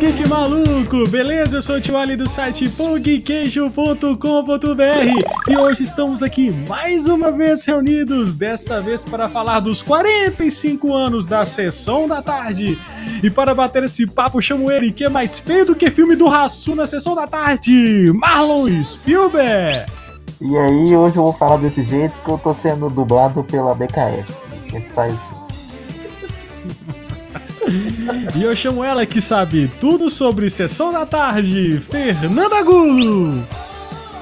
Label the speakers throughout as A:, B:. A: Geek Maluco, beleza? Eu sou o Tio Ali do site pongqueijo.com.br e hoje estamos aqui mais uma vez reunidos, dessa vez para falar dos 45 anos da Sessão da Tarde. E para bater esse papo, chamo ele que é mais feio do que filme do Raçu na Sessão da Tarde, Marlon Spielberg.
B: E aí, hoje eu vou falar desse jeito que eu tô sendo dublado pela BKS. Sempre sai assim.
A: E eu chamo ela que sabe tudo sobre Sessão da Tarde, Fernanda Gulo.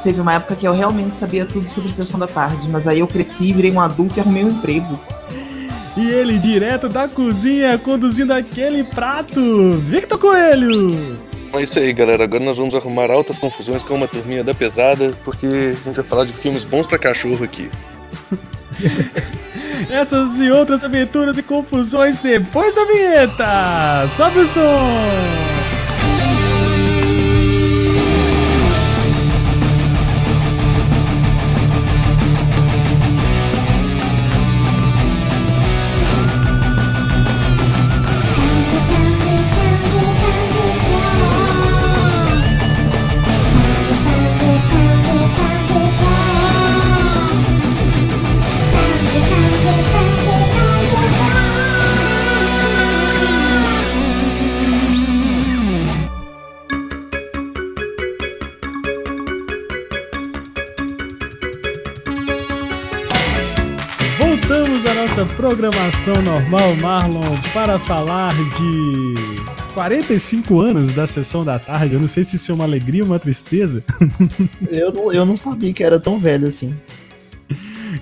C: Teve uma época que eu realmente sabia tudo sobre sessão da tarde, mas aí eu cresci, virei um adulto e arrumei um emprego.
A: E ele direto da cozinha, conduzindo aquele prato, Victor Coelho.
D: É isso aí, galera. Agora nós vamos arrumar altas confusões com uma turminha da pesada, porque a gente vai falar de filmes bons pra cachorro aqui.
A: Essas e outras aventuras e confusões depois da vinheta. Sobe o som. Voltamos à nossa programação normal, Marlon, para falar de 45 anos da sessão da tarde. Eu não sei se isso é uma alegria ou uma tristeza.
E: Eu não, eu não sabia que era tão velho assim.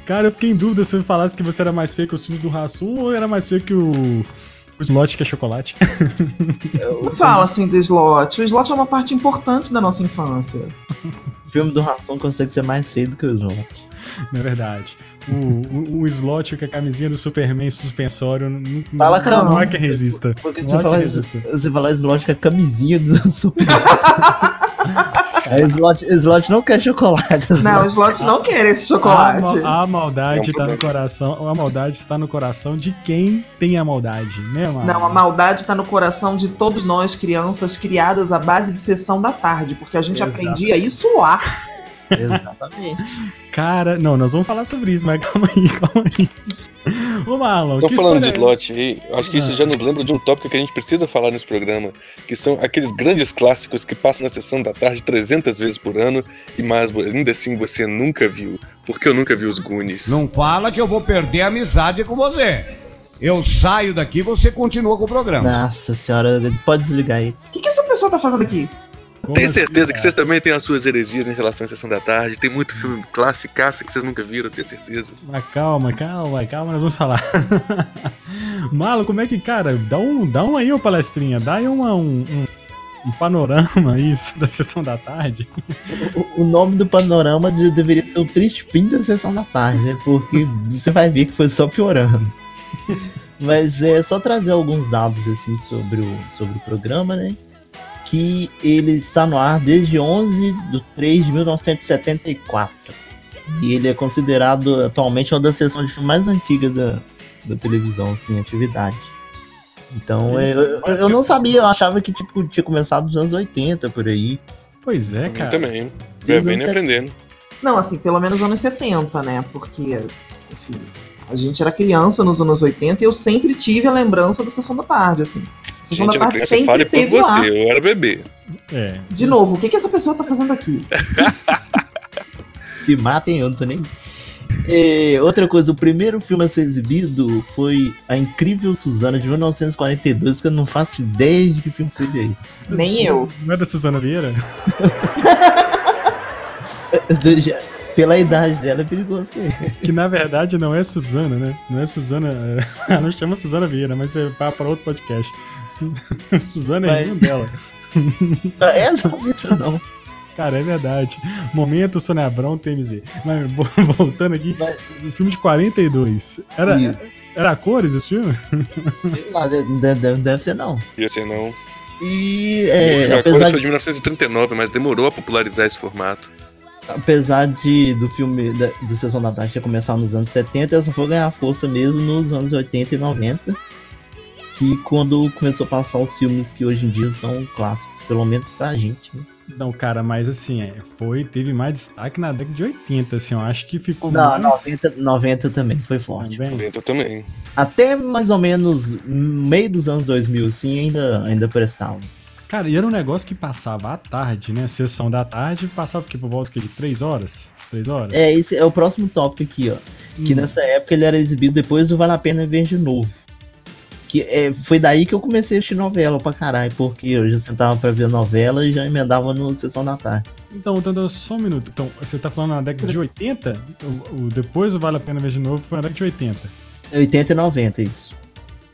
A: Cara, eu fiquei em dúvida se eu falasse que você era mais feio que os filmes do Rassum ou era mais feio que o. O slot que é chocolate.
C: Não fala assim do slot. O slot é uma parte importante da nossa infância.
E: O filme do Ração consegue ser mais feio do que o João.
A: Na É verdade. O, o, o slot com a camisinha do Superman suspensório não, não-
E: Fala,
A: não, não
E: calma.
A: é que resista.
E: Porque
A: Não
E: você
A: é
E: fala,
A: que resista.
E: você fala slot com a camisinha do Super. Aí slot, slot não quer chocolate.
C: Não, o
E: slot.
C: slot não quer esse
A: A,
D: Ah,
C: chocolate.
A: mal- a maldade
D: É um
A: tá no
D: problema.
A: coração. A maldade está no coração de quem tem a maldade, né, Marlon?
C: Não, a maldade tá no coração de todos nós, crianças criadas à base de sessão da tarde, porque a gente
E: Exato.
C: aprendia isso lá.
E: Exatamente.
A: Cara, não, nós vamos falar sobre isso, mas calma aí, calma aí. Ô Marlon,
D: Estão
A: que
D: Então, falando de
A: história... é
D: slot aí. eu Acho que isso
A: Ah.
D: já nos lembra de um tópico que a gente precisa falar nesse programa, que são aqueles grandes clássicos que passam na sessão da tarde 300 vezes por ano e mais ainda assim você nunca viu, porque eu nunca vi os Goonies.
F: Não fala que eu vou perder a amizade com você. Eu saio daqui e você continua com o programa.
E: Nossa senhora, pode desligar aí.
C: O que, que essa pessoa tá fazendo aqui?
A: Como
D: Tenho
A: assim,
D: certeza que
A: cara?
D: vocês também têm as suas heresias em relação à sessão da tarde. Tem muito filme clássico que vocês nunca viram, eu tenho certeza.
A: Mas calma, calma, calma, nós vamos falar. Marlon, como é que, cara, dá um, dá um aí, ô palestrinha, dá aí uma, um, um- um panorama isso da sessão da tarde.
E: O, o nome do panorama de- deveria ser o triste fim da sessão da tarde, né? Porque você vai ver que foi só piorando. Mas é só trazer alguns dados assim sobre o, sobre o programa, né? Que ele está no ar desde 11 de 3 de 1974. E ele é considerado atualmente uma das sessões de filme mais antigas da, da televisão, assim, em atividade. Então, eu, eu, eu não sabia, eu achava que tipo, tinha começado nos anos 80 por aí.
A: Pois é,
D: Eu
A: cara.
D: também. Vai
E: Desde
D: bem nem
E: os anos
D: aprendendo.
C: Não, assim, pelo menos anos 70, né? Porque, enfim, a gente era criança nos anos 80 e eu sempre tive a lembrança da Sessão da Tarde, assim. A Sessão
D: Gente,
C: da
D: eu
C: Tarde
D: criança
C: sempre
D: fale por
C: teve lá.
D: você, eu era bebê.
A: É.
C: De novo, o que, que essa pessoa tá fazendo aqui?
E: Se matem, eu não tô nem. aí. É, outra coisa, o primeiro filme a ser exibido foi A Incrível Suzana de 1942, que eu não faço ideia de que filme seja esse.
C: Nem eu.
A: Não é da Suzana Vieira?
E: As duas já- Pela idade dela é perigoso ser.
A: Que na verdade não é Suzana, né? Não é Suzana. é, Ela não chama Suzana Vieira, mas é para outro podcast. Suzana é
E: Mas-
A: irmã dela.
E: É só isso não.
A: Cara, é verdade. Momento Sônia Abrão, TMZ. Mas vo- voltando aqui,
E: Mas-
A: o filme de 42. Era,
E: Isso.
A: era a cores esse filme?
E: Sei lá, de- de- deve, deve ser não.
D: E assim não.
E: E
D: É,
E: é,
D: a coisa
E: apesar,
D: foi
E: de,
D: de 1939, mas demorou a popularizar esse formato.
E: apesar de do filme da, do Sessão da Tarde ter começado nos anos 70, ela só foi ganhar força mesmo nos anos 80 e 90. que quando começou a passar os filmes que hoje em dia são clássicos, pelo menos pra gente, né?
A: Não, cara, mas assim, é, foi, teve mais destaque na década de 80, assim, eu acho que ficou
E: Não,
A: mais... tá
E: 90, 90 também foi forte.
C: Hum.
A: Também.
D: Vento Então, também.
E: Até mais ou menos meio dos anos 2000, sim, ainda, ainda prestava.
A: Cara, e era um negócio que passava à tarde, né? Sessão da tarde passava que por volta que, de 3 horas? 3 horas?
E: É, esse é o próximo tópico aqui, ó. Que nessa época ele era exibido depois do Vale a Pena Ver de Novo. Que é, foi daí que eu comecei a assistir novela pra caralho, porque eu já sentava pra ver novela e já emendava no Sessão da Tarde.
A: Então, então, então, só um minuto. Então, você tá falando na década de 80? O, o- depois o Vale a Pena Ver de Novo foi na década de 80.
E: 80 É, e 90, isso.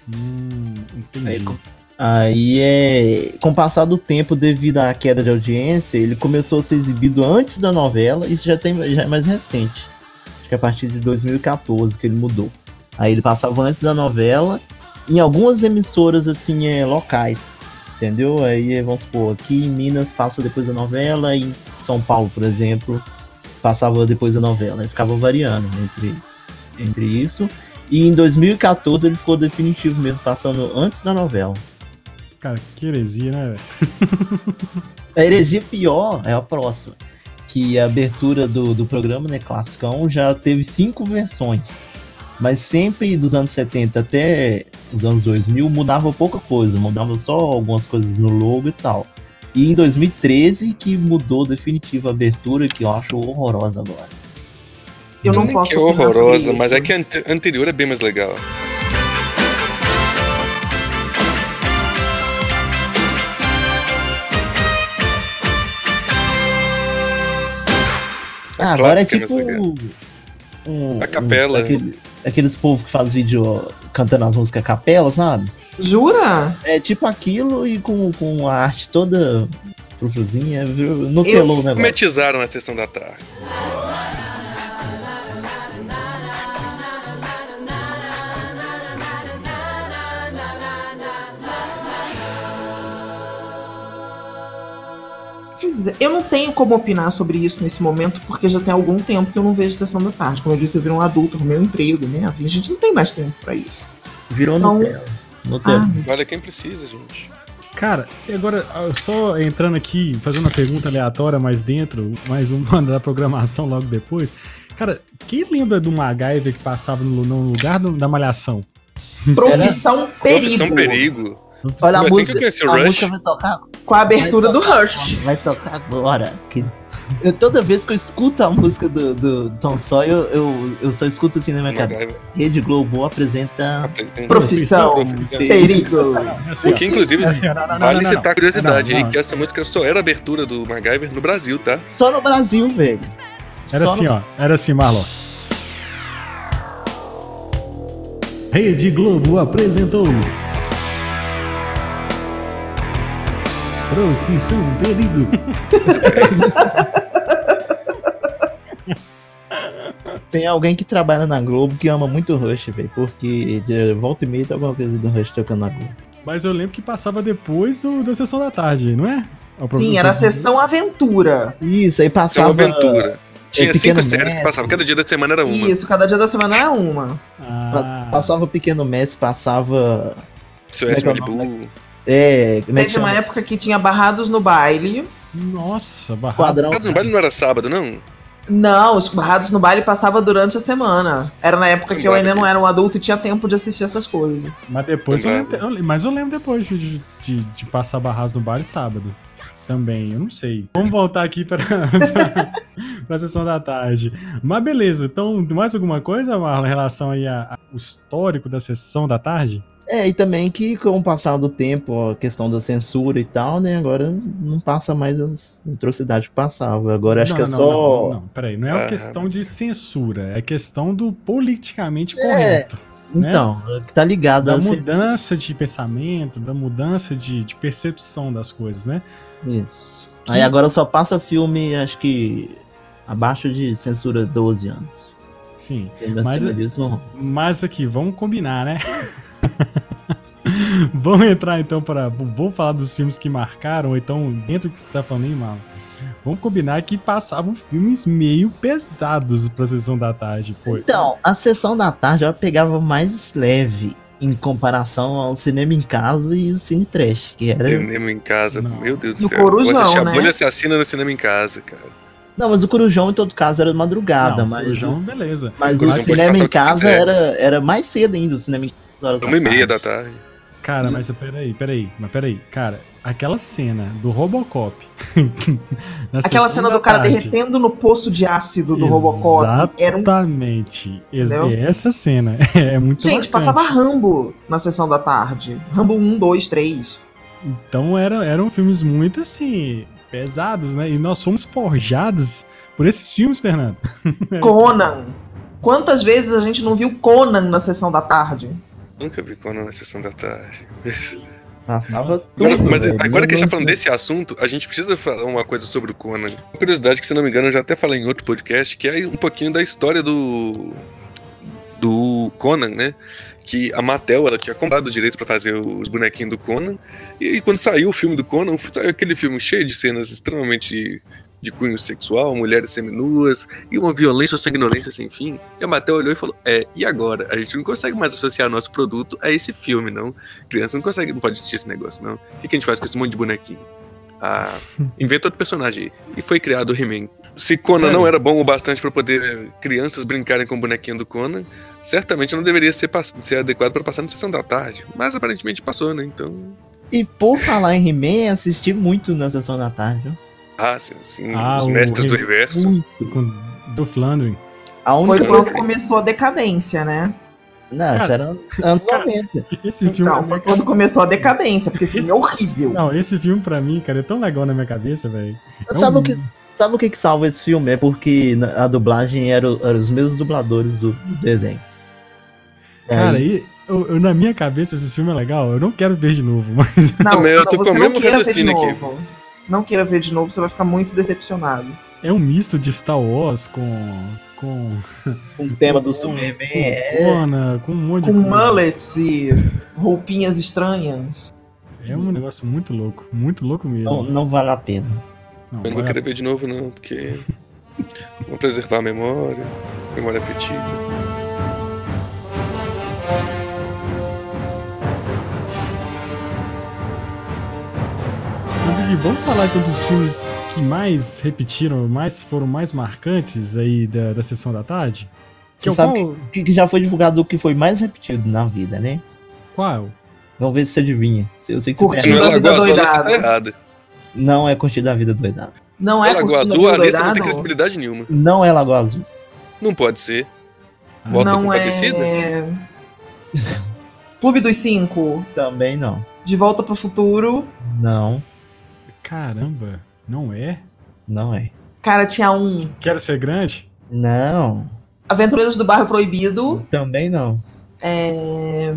A: Hum, entendi.
E: Aí, com- Aí é. Com o passar do tempo, devido à queda de audiência, ele começou a ser exibido antes da novela. Isso já, tem, já é mais recente. Acho que a partir de 2014 que ele mudou. Aí ele passava antes da novela em algumas emissoras assim é, locais. Entendeu? Aí é, vamos supor, aqui em Minas passa depois da novela, em São Paulo, por exemplo, passava depois da novela. Ele ficava variando entre, entre isso. E em 2014 ele ficou definitivo mesmo, passando antes da novela.
A: Cara, que heresia, né, velho?
E: A heresia pior é a próxima. Que é a abertura do, do programa, né, Classicão, já teve cinco versões. Mas sempre dos anos 70 até os anos 2000 mudava pouca coisa, mudava só algumas coisas no logo e tal. E em 2013 que mudou definitiva a abertura, que eu acho horrorosa agora.
C: Eu não,
D: é
C: posso
D: que é
C: opinar sobre
D: horrorosa,
C: isso.
D: mas é que a ante- anterior é bem mais legal.
E: Ah, agora é
D: clássica
E: tipo.
D: mesmo,
E: um-
D: A capela.
E: uns-
D: né?
E: aquele- aqueles povos que faz vídeo ó, cantando as músicas a capela, sabe?
C: Jura?
E: É tipo aquilo e com, com a arte toda frufruzinha, virou- nutelou o
C: É
E: negócio.
D: Metizaram na sessão da tarde.
C: Pois é, Eu não tenho como opinar sobre isso nesse momento, porque já tem algum tempo que eu não vejo Sessão da Tarde. Como eu disse, eu virei um adulto, arrumei um emprego, né? A gente não tem mais tempo pra isso.
E: Virou
C: Então-
E: Nutella. Nutella.
C: Ah,
D: Olha quem precisa, gente.
A: Cara, e agora, ah, só entrando aqui, fazendo uma pergunta aleatória mais dentro, mais uma da programação logo depois. Cara, quem lembra um do MacGyver que passava no, no lugar do- da Malhação?
C: profissão perigo.
D: São perigo.
E: Olha a
D: Foi assim que
E: música.
D: eu conheci o
E: a
D: Rush.
E: música vai tocar,
C: Com a abertura do Rush.
E: vai tocar agora. que- eu- toda vez que eu escuto a música do, do Tom Sawyer, eu, eu, eu só escuto assim na minha
D: MacGyver.
E: cabeça. Rede Globo apresenta.
D: Apresenta-
C: Ah. Profissão
D: Profissão.
E: É
C: perigo.
A: Assim, ó.
D: Porque, inclusive,
A: É assim, ó, não, não, não,
D: vale
A: não, não,
D: citar a
A: não.
D: curiosidade
A: Não,
D: aí
A: não.
D: que essa música só era a abertura do MacGyver no Brasil, tá?
E: Só no Brasil, velho.
A: Era
E: Só
A: assim,
E: no-
A: ó. Era assim, Marlon. Rede Globo apresentou. Profissão Perigo.
E: Tem alguém que trabalha na Globo que ama muito o Rush, velho. Porque de volta e meia tem alguma coisa do Rush tocando na Globo.
A: Mas eu lembro que passava depois do, da sessão da tarde, não é? Ao
C: Sim, era a
A: professor-
C: sessão aventura.
E: Isso, aí
D: Isso é uma
E: passava.
D: aventura. Tinha
E: Pequeno
D: cinco séries que
E: Mestre.
D: passavam. Cada dia da semana era uma.
C: Isso, cada dia da semana era uma.
A: Ah,
E: pa- Passava Pequeno Messi, passava.
D: Seu S.
E: Como é que é o
D: Malibu.
E: É, como é que
C: Teve
E: chama?
C: uma época que tinha Barrados no baile.
A: Nossa, barrado.
E: Esquadrão.
D: Mas no baile não era sábado, não?
C: Não, os Barrados no baile passava durante a semana. Era na época que eu ainda não era um adulto e tinha tempo de assistir essas coisas.
A: Mas depois eu
D: Exato.
A: lembro, eu lem- mas eu lembro depois de, de, de passar barras no bar sábado. Também, eu não sei. Vamos voltar aqui para a sessão da tarde. Mas beleza, então mais alguma coisa, Marlon, em relação aí a- a- o histórico da sessão da tarde?
E: É, e também que com o passar do tempo, a questão da censura e tal, né? Agora não passa mais as atrocidades que passavam. Agora acho
A: não,
E: que é
A: não,
E: só.
A: Não, não, não, peraí, não é uma
D: Ah.
A: questão de censura, é questão do politicamente
E: É,
A: correto. né?
E: Então, tá ligado
A: Da
E: a ser-
A: mudança de pensamento, da mudança de, de percepção das coisas, né?
E: Isso. Aí agora só passa filme, acho que. abaixo de censura 12 anos.
A: Sim.
E: Tem acima
A: Mas-
E: disso, não.
A: Mas aqui, vamos combinar, né? vamos entrar então para. Vou falar dos filmes que marcaram, ou então dentro do que você tá falando, hein, Marlon? Vamos combinar que passavam filmes meio pesados pra sessão da tarde. Pô.
C: Então,
E: Então, a sessão da tarde ela pegava mais leve. em comparação ao cinema em casa e o cine trash, que era.
D: Cinema em casa,
A: Não.
D: meu Deus do
C: No
D: céu. Eu vou
C: Corujão,
D: assistir a
C: né?
D: bolha assassina no cinema em casa, cara.
E: Não, mas o Corujão em todo caso era de madrugada,
A: Não,
E: mas.
A: Corujão, beleza.
E: Mas
D: Corujão
E: o
D: pode
E: cinema
D: passar
E: em
D: o que
E: casa
D: quiser.
E: era, era mais cedo ainda, o cinema em casa. às horas
D: É
E: da
D: Uma e meia da
E: tarde.
D: tarde.
A: Cara, mas peraí, peraí, mas peraí. Cara, aquela cena do Robocop. na sessão
C: Aquela cena
A: da
C: do cara
A: tarde.
C: derretendo no poço de ácido do Robocop era um.
A: Exatamente. Ex-
C: Entendeu?
A: Essa cena é muito
C: Gente,
A: marcante.
C: passava Rambo na sessão da tarde. Rambo 1, 2, 3.
A: Então era, eram filmes muito assim, pesados, né? E nós somos forjados por esses filmes, Fernando.
C: Conan. Quantas vezes a gente não viu Conan na sessão da tarde?
D: Nunca vi Conan na sessão da tarde.
E: Passava
D: Agora-
E: tudo,
D: mas
E: velho.
D: agora que a gente
E: Não-
D: tá falando desse assunto, a gente precisa falar uma coisa sobre o Conan. Uma curiosidade que, se não me engano, eu já até falei em outro podcast, que é um pouquinho da história do. do Conan, né? Que a Mattel ela tinha comprado os direitos pra fazer os bonequinhos do Conan. E, aí, quando saiu o filme do Conan, saiu aquele filme cheio de cenas extremamente de cunho sexual, mulheres seminuas e uma violência, sanguinolência sem fim. E a Mattel olhou e falou: É, e agora? A gente não consegue mais associar nosso produto a esse filme, não. Criança não consegue, não pode assistir esse negócio, não. O que que a gente faz com esse monte de bonequinho? Ah, inventa outro personagem. aí. E foi criado o He-Man. Se Conan
A: Sério?
D: não era bom o bastante pra poder eh, crianças brincarem com o bonequinho do Conan, certamente não deveria ser, pass- ser adequado pra passar na sessão da tarde. Mas aparentemente passou, né? Então.
E: E por falar em He-Man, assisti muito na sessão da tarde. viu?
D: Ah, sim, sim,
A: Ah,
D: os
A: o
D: mestres do
A: He-Man. Uh,
D: universo.
A: Muito. Com do Flandrin.
E: A
C: Foi
E: única coisa.
C: quando começou a decadência, né?
E: Não, isso
A: Cara,
E: era anos 90.
A: Esse filme.
C: Então, foi quando começou a decadência, porque esse filme é horrível.
A: Não, esse filme pra mim, cara, é tão legal na minha cabeça, velho. É um
E: Sabe o que. Sabe o que, que salva esse filme? É porque na- a dublagem era, o- era os mesmos dubladores do, do desenho.
A: Cara,
E: Aí-
A: e eu, eu- na minha cabeça esse filme é legal. Eu não quero ver de novo, mas.
C: Não,
D: Também eu
C: não,
D: tô com
C: você
D: o
C: não
D: mesmo
C: queira ver de
D: raciocínio aqui.
C: novo. Não queira ver de novo, você vai ficar muito decepcionado.
A: É um misto de Star Wars com. com.
E: um tema do Superman é.
A: Conan, com um monte
C: Com
A: de. coisa.
C: mullets e roupinhas estranhas.
A: É um negócio muito louco, muito louco mesmo.
E: Não, não vale a pena.
A: Não,
D: Eu não vou
A: vai-
D: querer ver de novo, não, porque. Vou preservar a memória, memória afetiva.
A: Mas Gui, vamos falar então dos filmes que mais repetiram, mais foram mais marcantes aí da, da sessão da tarde?
E: Você
A: é o
E: sabe
A: qual?
E: que, que já foi divulgado o que foi mais repetido na vida, né?
A: qual?
E: Vamos ver se você adivinha. Se- Eu sei que
C: Curtindo
E: você
D: Se não é
C: a vida
D: Lagoa Azul,
C: doidada.
D: você tá errada.
E: Não é curtida a vida doidada.
C: Não
D: É
C: é
D: Lagoa
C: curtindo a
D: Azul, a
C: vida
D: lista não tem
C: dourada?
D: credibilidade nenhuma.
E: Não é Lagoa Azul.
D: Não pode ser.
A: Ah,
D: Volta
C: Não
D: Compadecida?
C: é... Clube dos Cinco,
E: Também não.
C: De Volta pro Futuro.
E: Não,
A: Caramba, não é?
E: não é.
C: Cara, tinha um.
A: Quero ser grande?
E: Não,
C: Aventureiros do Bairro Proibido.
E: também não.
C: É...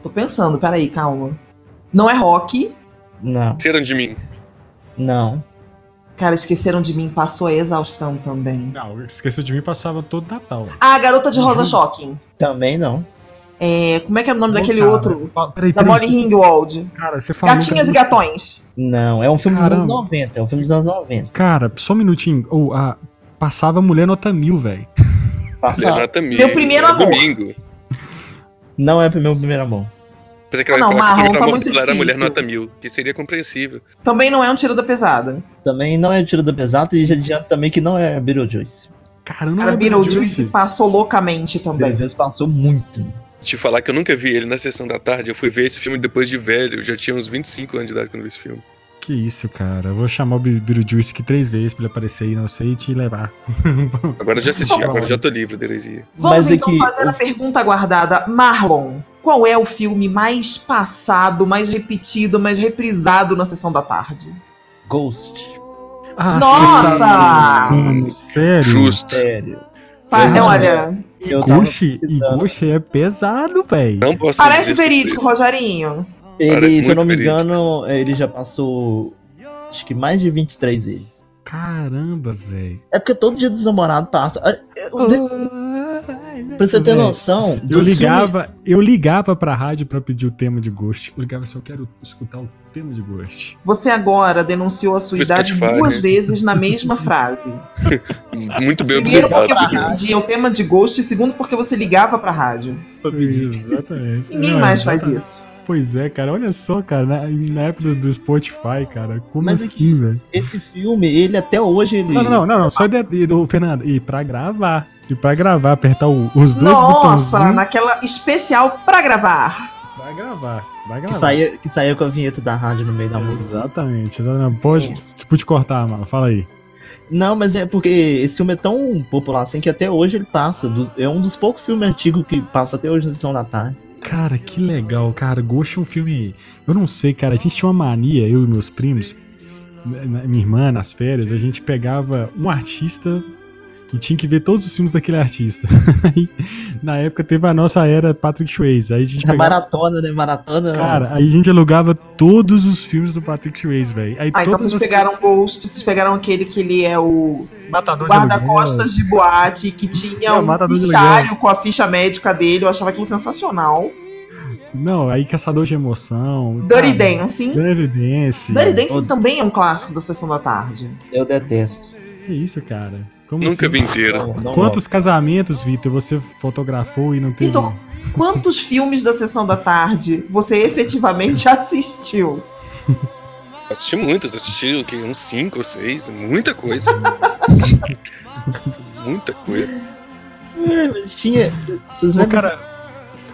C: Tô pensando, peraí, calma. Não é rock.
E: Não,
D: Esqueceram de mim.
E: não.
C: Cara, esqueceram de mim, passou a exaustão também.
A: Não, esqueceu de mim passava todo Natal.
C: Ah, Garota de Rosa
A: Uhum.
C: Shocking.
E: Também não.
C: É, como é que é o nome daquele
A: Cara,
C: outro?
A: fala- Peraí,
C: Da
A: peraí,
C: Molly Ringwald.
A: Cara, você falou.
C: Gatinhas e Gatões.
E: Não, é um filme dos
A: Caramba.
E: anos 90. É um filme dos anos 90.
A: Cara, só um minutinho. Ou a passava Mulher Nota Mil, velho.
E: Passado.
D: Renata Mir.
C: Meu primeiro
D: era
C: amor.
D: Domingo.
E: Não é meu primeiro amor.
D: Pensei que ela
C: Ah,
D: ia
C: não,
D: falar que o
C: marrom,
D: primeiro
C: tá
D: amor
C: muito
D: dela era mulher
C: difícil.
D: nota mil, que seria compreensível.
C: Também não é um tiro da pesada.
E: Também não é o Tiro da Pesada e já adianto também que não é Beetlejuice.
A: Cara, eu não
C: Cara,
A: lembro de
C: Beetlejuice
A: onde-
C: passou loucamente também.
E: Beetlejuice passou muito.
D: Te falar que eu nunca vi ele na sessão da tarde, eu fui ver esse filme depois de velho, eu já tinha uns 25 anos de idade quando vi esse filme.
A: Que isso, cara. Eu vou chamar o Be- Beetlejuice aqui três vezes pra ele aparecer aí, não sei, e te levar.
D: Agora eu já
C: Tá
D: assisti,
A: Não,
D: agora
A: não.
D: eu já tô livre da heresia.
C: Vamos
E: Mas é
C: então
E: que-
C: fazer a pergunta aguardada. Marlon, qual é o filme mais passado, mais repetido, mais reprisado na sessão da tarde?
E: Ghost.
A: Ah,
C: Nossa!
A: sim, mano,
C: É
A: Sério?
D: Justo.
E: Sério.
C: Pa-
A: Verdade.
C: Olha,
E: Eu tava
A: Gucci, e
E: pesquisando.
A: Gucci é pesado, velho.
D: Não posso
C: parece
D: dizer que-
C: verídico, Rogerinho.
E: Ele,
D: Parece
E: se eu não me
D: muito
E: engano, ele já passou acho que mais de 23 vezes.
A: Caramba, velho.
E: É porque todo dia dos namorados passa. Ah, Eu- de- Pra você ter
A: Véi,
E: noção,
A: É. Eu
E: dos
A: ligava, eu ligava pra rádio pra pedir o tema de Ghost. Eu ligava assim, eu quero escutar o tema de Ghost.
C: Você agora denunciou a sua
D: No
C: idade
D: Spotify,
C: duas
D: né?
C: vezes na mesma frase.
D: Muito bem
C: Primeiro
D: observado.
C: porque você
D: viu?
C: pedia o tema de Ghost e segundo porque você ligava pra rádio.
A: Exatamente.
C: Ninguém
A: Não,
C: mais faz
A: exatamente.
C: isso.
A: Pois é, cara, olha só, cara, na, na época do, do Spotify, cara, como
E: Mas
A: assim, velho?
E: Esse filme, ele até hoje, ele...
A: Não, não, não, não, só de, de, do Fernando, e pra gravar, e pra gravar, apertar o- os dois
C: Nossa,
A: botõezinhos
C: naquela especial pra gravar.
A: vai gravar, vai
E: Que
A: gravar.
E: saía, que saía com a vinheta da rádio no meio da música.
A: Exatamente, exatamente. Pode,
C: É.
A: tipo, te cortar, mano, fala aí.
E: Não, mas é porque esse filme é tão popular assim que até hoje ele passa. do- é um dos poucos filmes antigos que passa até hoje na sessão da tarde.
A: Cara, que legal, cara. Ghost é um filme. Eu não sei, cara. A gente tinha uma mania, eu e meus primos, na- na- minha irmã, nas férias, a gente pegava um artista e tinha que ver todos os filmes daquele artista. Aí, na época teve a nossa era Patrick Swayze. Aí a gente
E: A
A: pegava.
E: maratona, né? Maratona.
A: Cara, aí a gente alugava todos os filmes do Patrick Swayze, velho. Aí
C: Ah, então
A: todas
C: vocês
A: as-
C: pegaram o Ghost, vocês pegaram aquele que ele é o
A: Matador de Aluguel.
C: guarda-costas de boate, que tinha
A: É,
C: um
A: matador de
C: bichário com a ficha médica dele, eu achava aquilo sensacional.
A: Não, aí Caçador de Emoção.
C: Dirty
A: cara,
C: Dancing.
A: Dirty Dance.
C: Dirty Dancing também é um clássico da Sessão da Tarde.
E: Eu detesto.
A: Que isso, cara? Como
D: Nunca
A: assim?
D: vi inteiro.
E: Não, não
A: Quantos casamentos, Vitor, você fotografou e não teve?
C: Vitor, quantos filmes da Sessão da Tarde você efetivamente assistiu?
D: Assisti muitos, assisti o quê? Uns 5 ou 6, muita coisa. muita coisa.
E: gosto. É, mas tinha. Vocês
A: Ô,
E: lembram?
A: cara,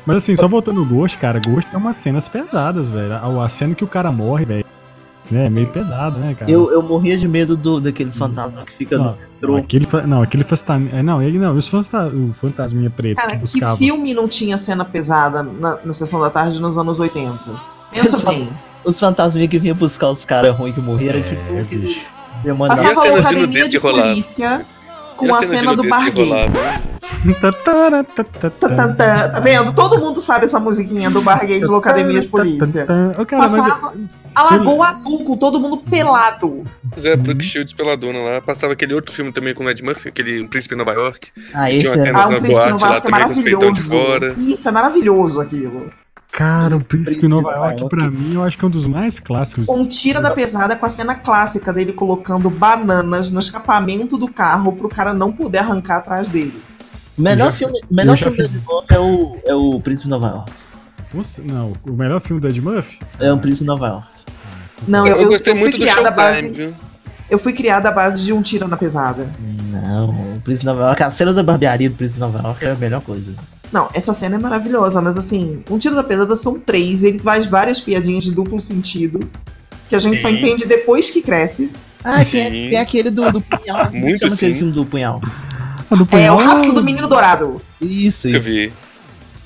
A: mas assim, só voltando no Ghost, cara, Ghost tem umas cenas pesadas, velho. A, a cena que o cara morre, velho. Né, é meio pesado, né, cara?
E: Eu, eu morria de medo do, daquele fantasma que fica
A: Não,
E: no
A: não,
E: metrô.
A: aquele, fa- não, aquele fantasma. é, Não, ele não, esse fanta- o fantasminha preto
C: Cara,
A: que
C: que
A: buscava.
C: filme não tinha cena pesada na, na Sessão da Tarde nos anos 80? Pensa bem.
E: Os fantasminhas que vinham buscar os caras ruins que morreram, tipo,
A: É,
E: aquele
A: bicho.
E: demônio da-
C: Passava
D: E
C: a
D: as cenas de
C: academia
D: nudez
C: de
D: que rolava?
C: polícia
D: E
C: com a cena do
D: nudez
C: bar
D: que
C: gay.
D: rolava?
C: Tá, tá, tá, tá vendo? Todo mundo sabe essa musiquinha do bar gay de Locademia de Polícia.
A: Ô, cara, mas
C: Passava a Lagoa Azul com todo mundo pelado.
D: Pois
C: Uhum.
D: é, Brooke Shields pela dona lá. Passava aquele outro filme também com o Ed Murphy, aquele Um Príncipe em Nova York.
E: Ah,
D: Tinha
E: esse
D: uma
E: é.
D: cena
C: Ah,
D: na
C: um príncipe
D: boate
C: em Nova
D: lá
C: York é
D: também, com os peitão de
C: maravilhoso.
D: fora.
C: Isso, é maravilhoso aquilo.
A: cara, o Príncipe em Nova
E: Príncipe em
A: York,
E: Nova
A: pra mim, eu acho que é um dos mais clássicos.
C: Um tira da pesada com a cena clássica dele colocando bananas no escapamento do carro pro cara não poder arrancar atrás dele.
E: O melhor
A: Eu já-
E: filme, o melhor
A: eu já
E: filme
A: fiz.
E: de Nova é o, é o Príncipe de Nova York.
A: Nossa, Não, o melhor filme do Ed Murphy?
E: É o Príncipe de Nova York.
C: Não, eu,
D: Eu,
C: eu-
D: gostei
C: eu fui
D: muito do
C: criada à
D: Showtime,
C: base.
D: viu?
C: Eu fui criada à base de um tira na pesada.
E: Não, o Príncipe de Nova York. A cena da barbearia do Príncipe de Nova York é a melhor coisa.
C: Não, essa cena é maravilhosa, mas assim, um tiro da pesada são três, ele faz várias piadinhas de duplo sentido, que a gente só
D: Sim.
C: entende depois que cresce.
E: Ah, tem,
D: Sim.
E: tem aquele do, do punhal. Como
D: Muito
E: chama aquele
D: sim.
E: filme do punhal.
A: Ah, do
C: É o
A: Punhal?
C: rapto do menino dourado.
E: Isso,
D: Eu
E: isso.
D: vi.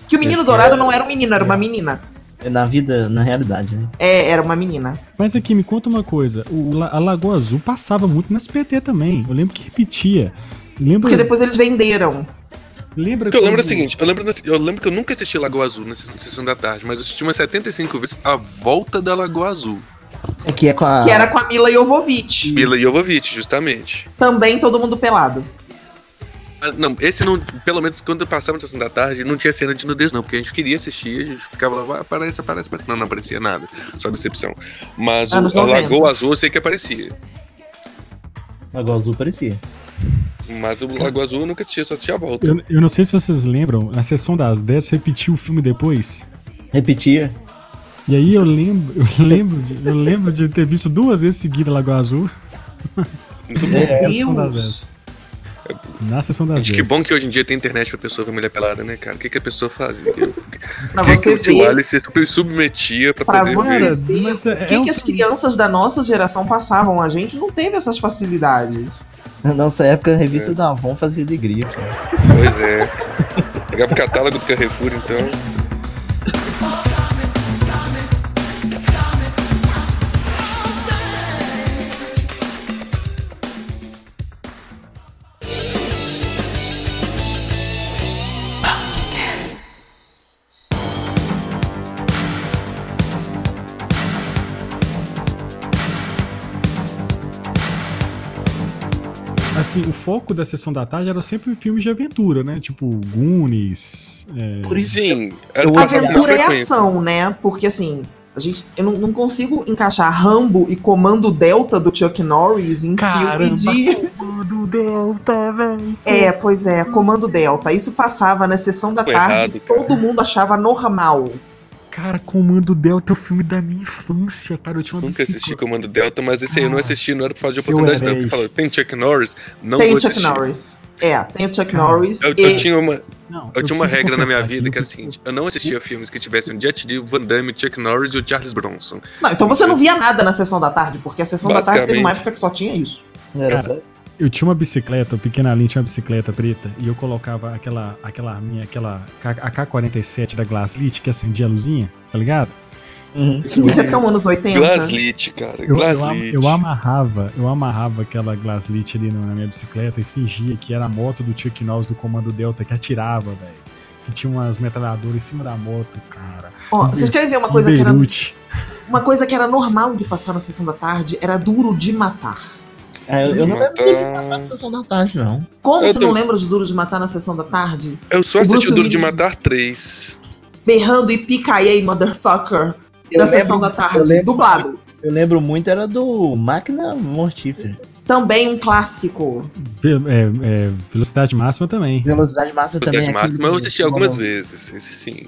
C: Que o menino dourado não era um menino, era uma menina.
E: É Na vida, na realidade, né?
C: É, era uma menina.
A: Mas aqui, me conta uma coisa. O, La- a Lagoa Azul passava muito nas PT também. Eu lembro que repetia. Lembra,
E: Hum.
C: Porque depois eles venderam.
A: lembra
D: O que eu lembro é
A: quando-
D: o seguinte, eu lembro, eu lembro que eu nunca assisti Lagoa Azul na sessão da tarde, mas eu assisti umas 75 vezes A Volta da Lagoa Azul,
E: É que é com a.
C: Que era com a Mila Jovovich.
D: Mila Jovovich, justamente.
C: Também todo mundo pelado.
D: Ah, Não, esse não, pelo menos quando eu passava na sessão da tarde, não tinha cena de nudez, não, porque a gente queria assistir, a gente ficava lá, "Ah, aparece, aparece, aparece. Não, não aparecia nada, só decepção. Mas o,
C: Anos
D: a
C: 90.
D: Lagoa Azul eu sei que aparecia,
E: Lagoa Azul parecia.
D: mas o Lagoa Azul eu nunca assisti, eu só assisti A Volta.
A: Eu, eu não sei se vocês lembram, na sessão das 10 repetia o filme depois.
E: Repetia.
A: E aí eu lembro, eu lembro, de, eu lembro de ter visto duas vezes seguida a Lagoa Azul
D: Muito bom.
E: É,
A: sessão das
C: Deus.
A: dez. na sessão das 10.
D: Gente, que bom que hoje em dia tem internet pra pessoa ver mulher pelada, né, cara? O que, que a pessoa fazia? O
C: Pra
D: que, que
C: você
D: o tio
C: ver.
D: Alice se submetia pra,
C: Pra
D: poder
C: você
D: ver?
A: Cara,
C: ver
A: mas
C: o
A: é-
C: que,
A: é um
C: que as
A: filme.
C: crianças da nossa geração passavam. A gente não teve essas facilidades.
E: Na nossa época, a revista da Avon fazia alegria. cara.
D: Pois é. Pegava o catálogo do Carrefour, então.
A: Assim, o foco da sessão da tarde era sempre filmes de aventura, né? Tipo Goonies. é,
E: Por isso,
D: Sim,
E: eu
D: passava com mais
C: Aventura e
D: frequência.
C: ação, né? Porque assim, A gente, eu não, não consigo encaixar Rambo e Comando Delta do Chuck Norris em filme de.
B: Do Delta, velho.
C: É, pois é, Comando Delta. Isso passava na sessão da
D: Foi
C: tarde e
D: errado, cara.
C: todo mundo achava normal.
A: Cara, Comando Delta é o filme da minha infância, cara. Eu tinha uma
D: Nunca assisti
A: bicicleta.
D: Comando Delta, mas esse aí eu não
A: Cara,
D: assisti, não era por falta de
A: Ah, seu
D: oportunidade, não.
A: herege.
D: Porque falaram, tem Chuck Norris? Não
C: tem
D: vou
C: Chuck
D: assistir.
C: Norris. É, tem o Chuck
A: Cara,
C: Norris
D: Eu, eu
C: e.
D: tinha uma,
A: Não,
D: eu tinha uma
A: preciso
D: regra na minha
A: confessar
D: vida
A: aqui,
D: que era a seguinte: eu não assistia filmes que tivessem Jet Li, Van Damme, Chuck Norris e o Charles Bronson.
C: Não, então você não via nada na sessão da tarde, porque a sessão da tarde teve uma
D: Basicamente.
C: época que só tinha isso.
B: Não era
A: Cara,
B: só.
A: Eu tinha uma bicicleta, o pequena linha tinha uma bicicleta preta, e eu colocava aquela, aquela minha, aquela K- a K47 da Glaslit que acendia a luzinha, tá ligado?
E: Uhum.
C: Isso é tão anos 80.
D: Glaslit, cara.
A: Eu, eu, am-
D: Glaslit.
A: eu amarrava, eu amarrava aquela Glaslit ali no- na minha bicicleta e fingia que era a moto do Chuck Norris do Comando Delta que atirava, velho. Que tinha umas metralhadoras em cima da moto, cara.
C: Ó, vocês querem ver uma coisa
A: em
C: que era
A: Beirute.
C: uma coisa que era normal de passar na sessão da tarde? Era duro de matar.
E: É, eu, eu não lembro dele
D: Matar.
E: na sessão da tarde, não.
C: Como
D: Eu
C: você não
D: tô-
C: lembra de duro de matar na sessão da tarde?
D: Eu só
C: O
D: assisti
C: Bruce
D: o Duro de
C: Willis.
D: Matar 3.
C: Berrando e picaiei, motherfucker,
E: Eu
C: na
E: lembro-
C: sessão da
E: eu
C: tarde,
E: lembro-
C: dublado.
E: Eu lembro muito, era do Máquina Mortífera.
C: Também um clássico.
A: Ve- é, é, velocidade máxima também.
E: Velocidade máxima também.
D: Velocidade
E: aquele
D: Máxima eu
E: que- um
D: assisti algumas
E: Não,
D: vezes. Esse sim.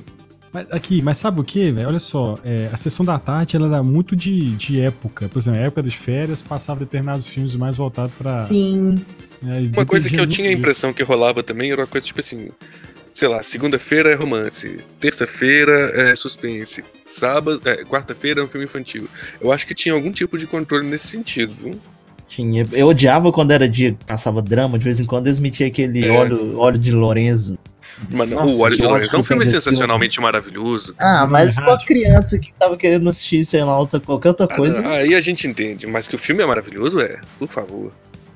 A: Mas aqui, mas sabe o que, velho? Olha só, é, a sessão da tarde ela era muito de, de época. Por exemplo, época de férias passava determinados filmes mais voltados pra.
C: Sim.
A: né,
D: Uma coisa que
A: dependia
D: eu
A: muito
D: tinha a
A: disso.
D: impressão que rolava também era uma coisa tipo assim. Sei lá, segunda-feira é romance, terça-feira é suspense, sábado, é, quarta-feira é um filme infantil. Eu acho que tinha algum tipo de controle nesse sentido. viu?
E: Tinha. Eu odiava quando era dia, passava drama, de vez em quando eles metiam aquele
D: É.
E: óleo, óleo de Lorenzo.
D: Mas não,
E: Nossa,
D: o Óleo de
E: que
D: Lourenço é
E: ótimo né?
D: um filme
E: que aconteceu.
D: sensacionalmente maravilhoso.
E: Ah, mas pra
A: Rádio.
E: criança que tava querendo assistir, sei lá, outra, qualquer outra coisa,
D: Ah, Aí a gente entende, mas que o filme é maravilhoso, é, por favor.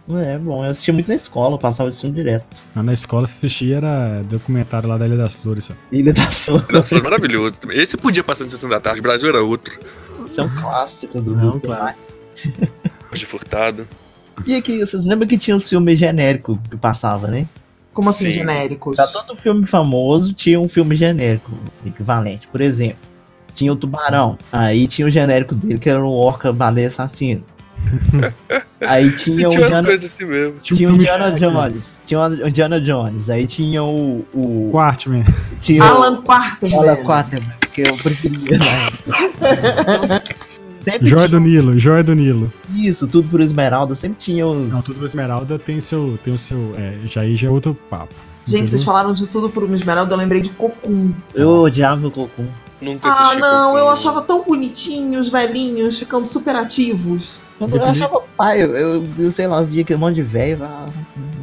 E: não é bom. Eu assistia muito na escola, eu passava isso direto.
A: Mas Ah, Na escola você assistia era documentário lá da Ilha das Flores. só.
E: Ilha da Sombra,
D: Nossa, foi é maravilhoso. também. Esse podia passar na sessão da tarde, Brasil era outro.
E: isso é um clássico do
A: Não,
E: do-
A: clássico.
D: Hoje furtado.
E: E aqui, vocês lembram que tinha um filme genérico que passava, né?
C: Como assim,
D: Sim.
C: genéricos?
E: Pra todo filme famoso tinha um filme genérico equivalente. Por exemplo, tinha o Tubarão. Aí tinha o genérico dele, que era um orca baleia assassino. aí
D: E
E: tinha
D: tinha
E: é o
D: umas
E: Indiana,
D: coisas assim mesmo.
C: um
E: tinha o
A: um filme
E: Indiana
A: genérico.
E: Jones. Tinha o Indiana Jones. Aí tinha o. o
A: Quartman.
E: tinha
C: Alan Quarter.
E: o, Alan Quaterman, que eu preferia. Né? sempre
A: Joia do
E: tinha
A: Nilo, Joia do Nilo.
E: isso, tudo por Esmeralda. Sempre tinha os.
A: Não, tá tudo Esmeralda tem seu. Tem o seu é, já aí já é outro papo.
C: Gente, vocês
A: Entendeu?
C: falaram de tudo por uma esmeralda, eu lembrei de Cocum.
E: Eu odiava o Cocum.
D: Nunca
C: Ah,
D: assisti.
C: não,
D: Cocum.
C: eu achava tão bonitinhos, velhinhos, ficando super ativos.
E: Quando eu
A: Independente-
E: achava pai, eu, eu- eu sei lá, via aquele monte de velho. ah,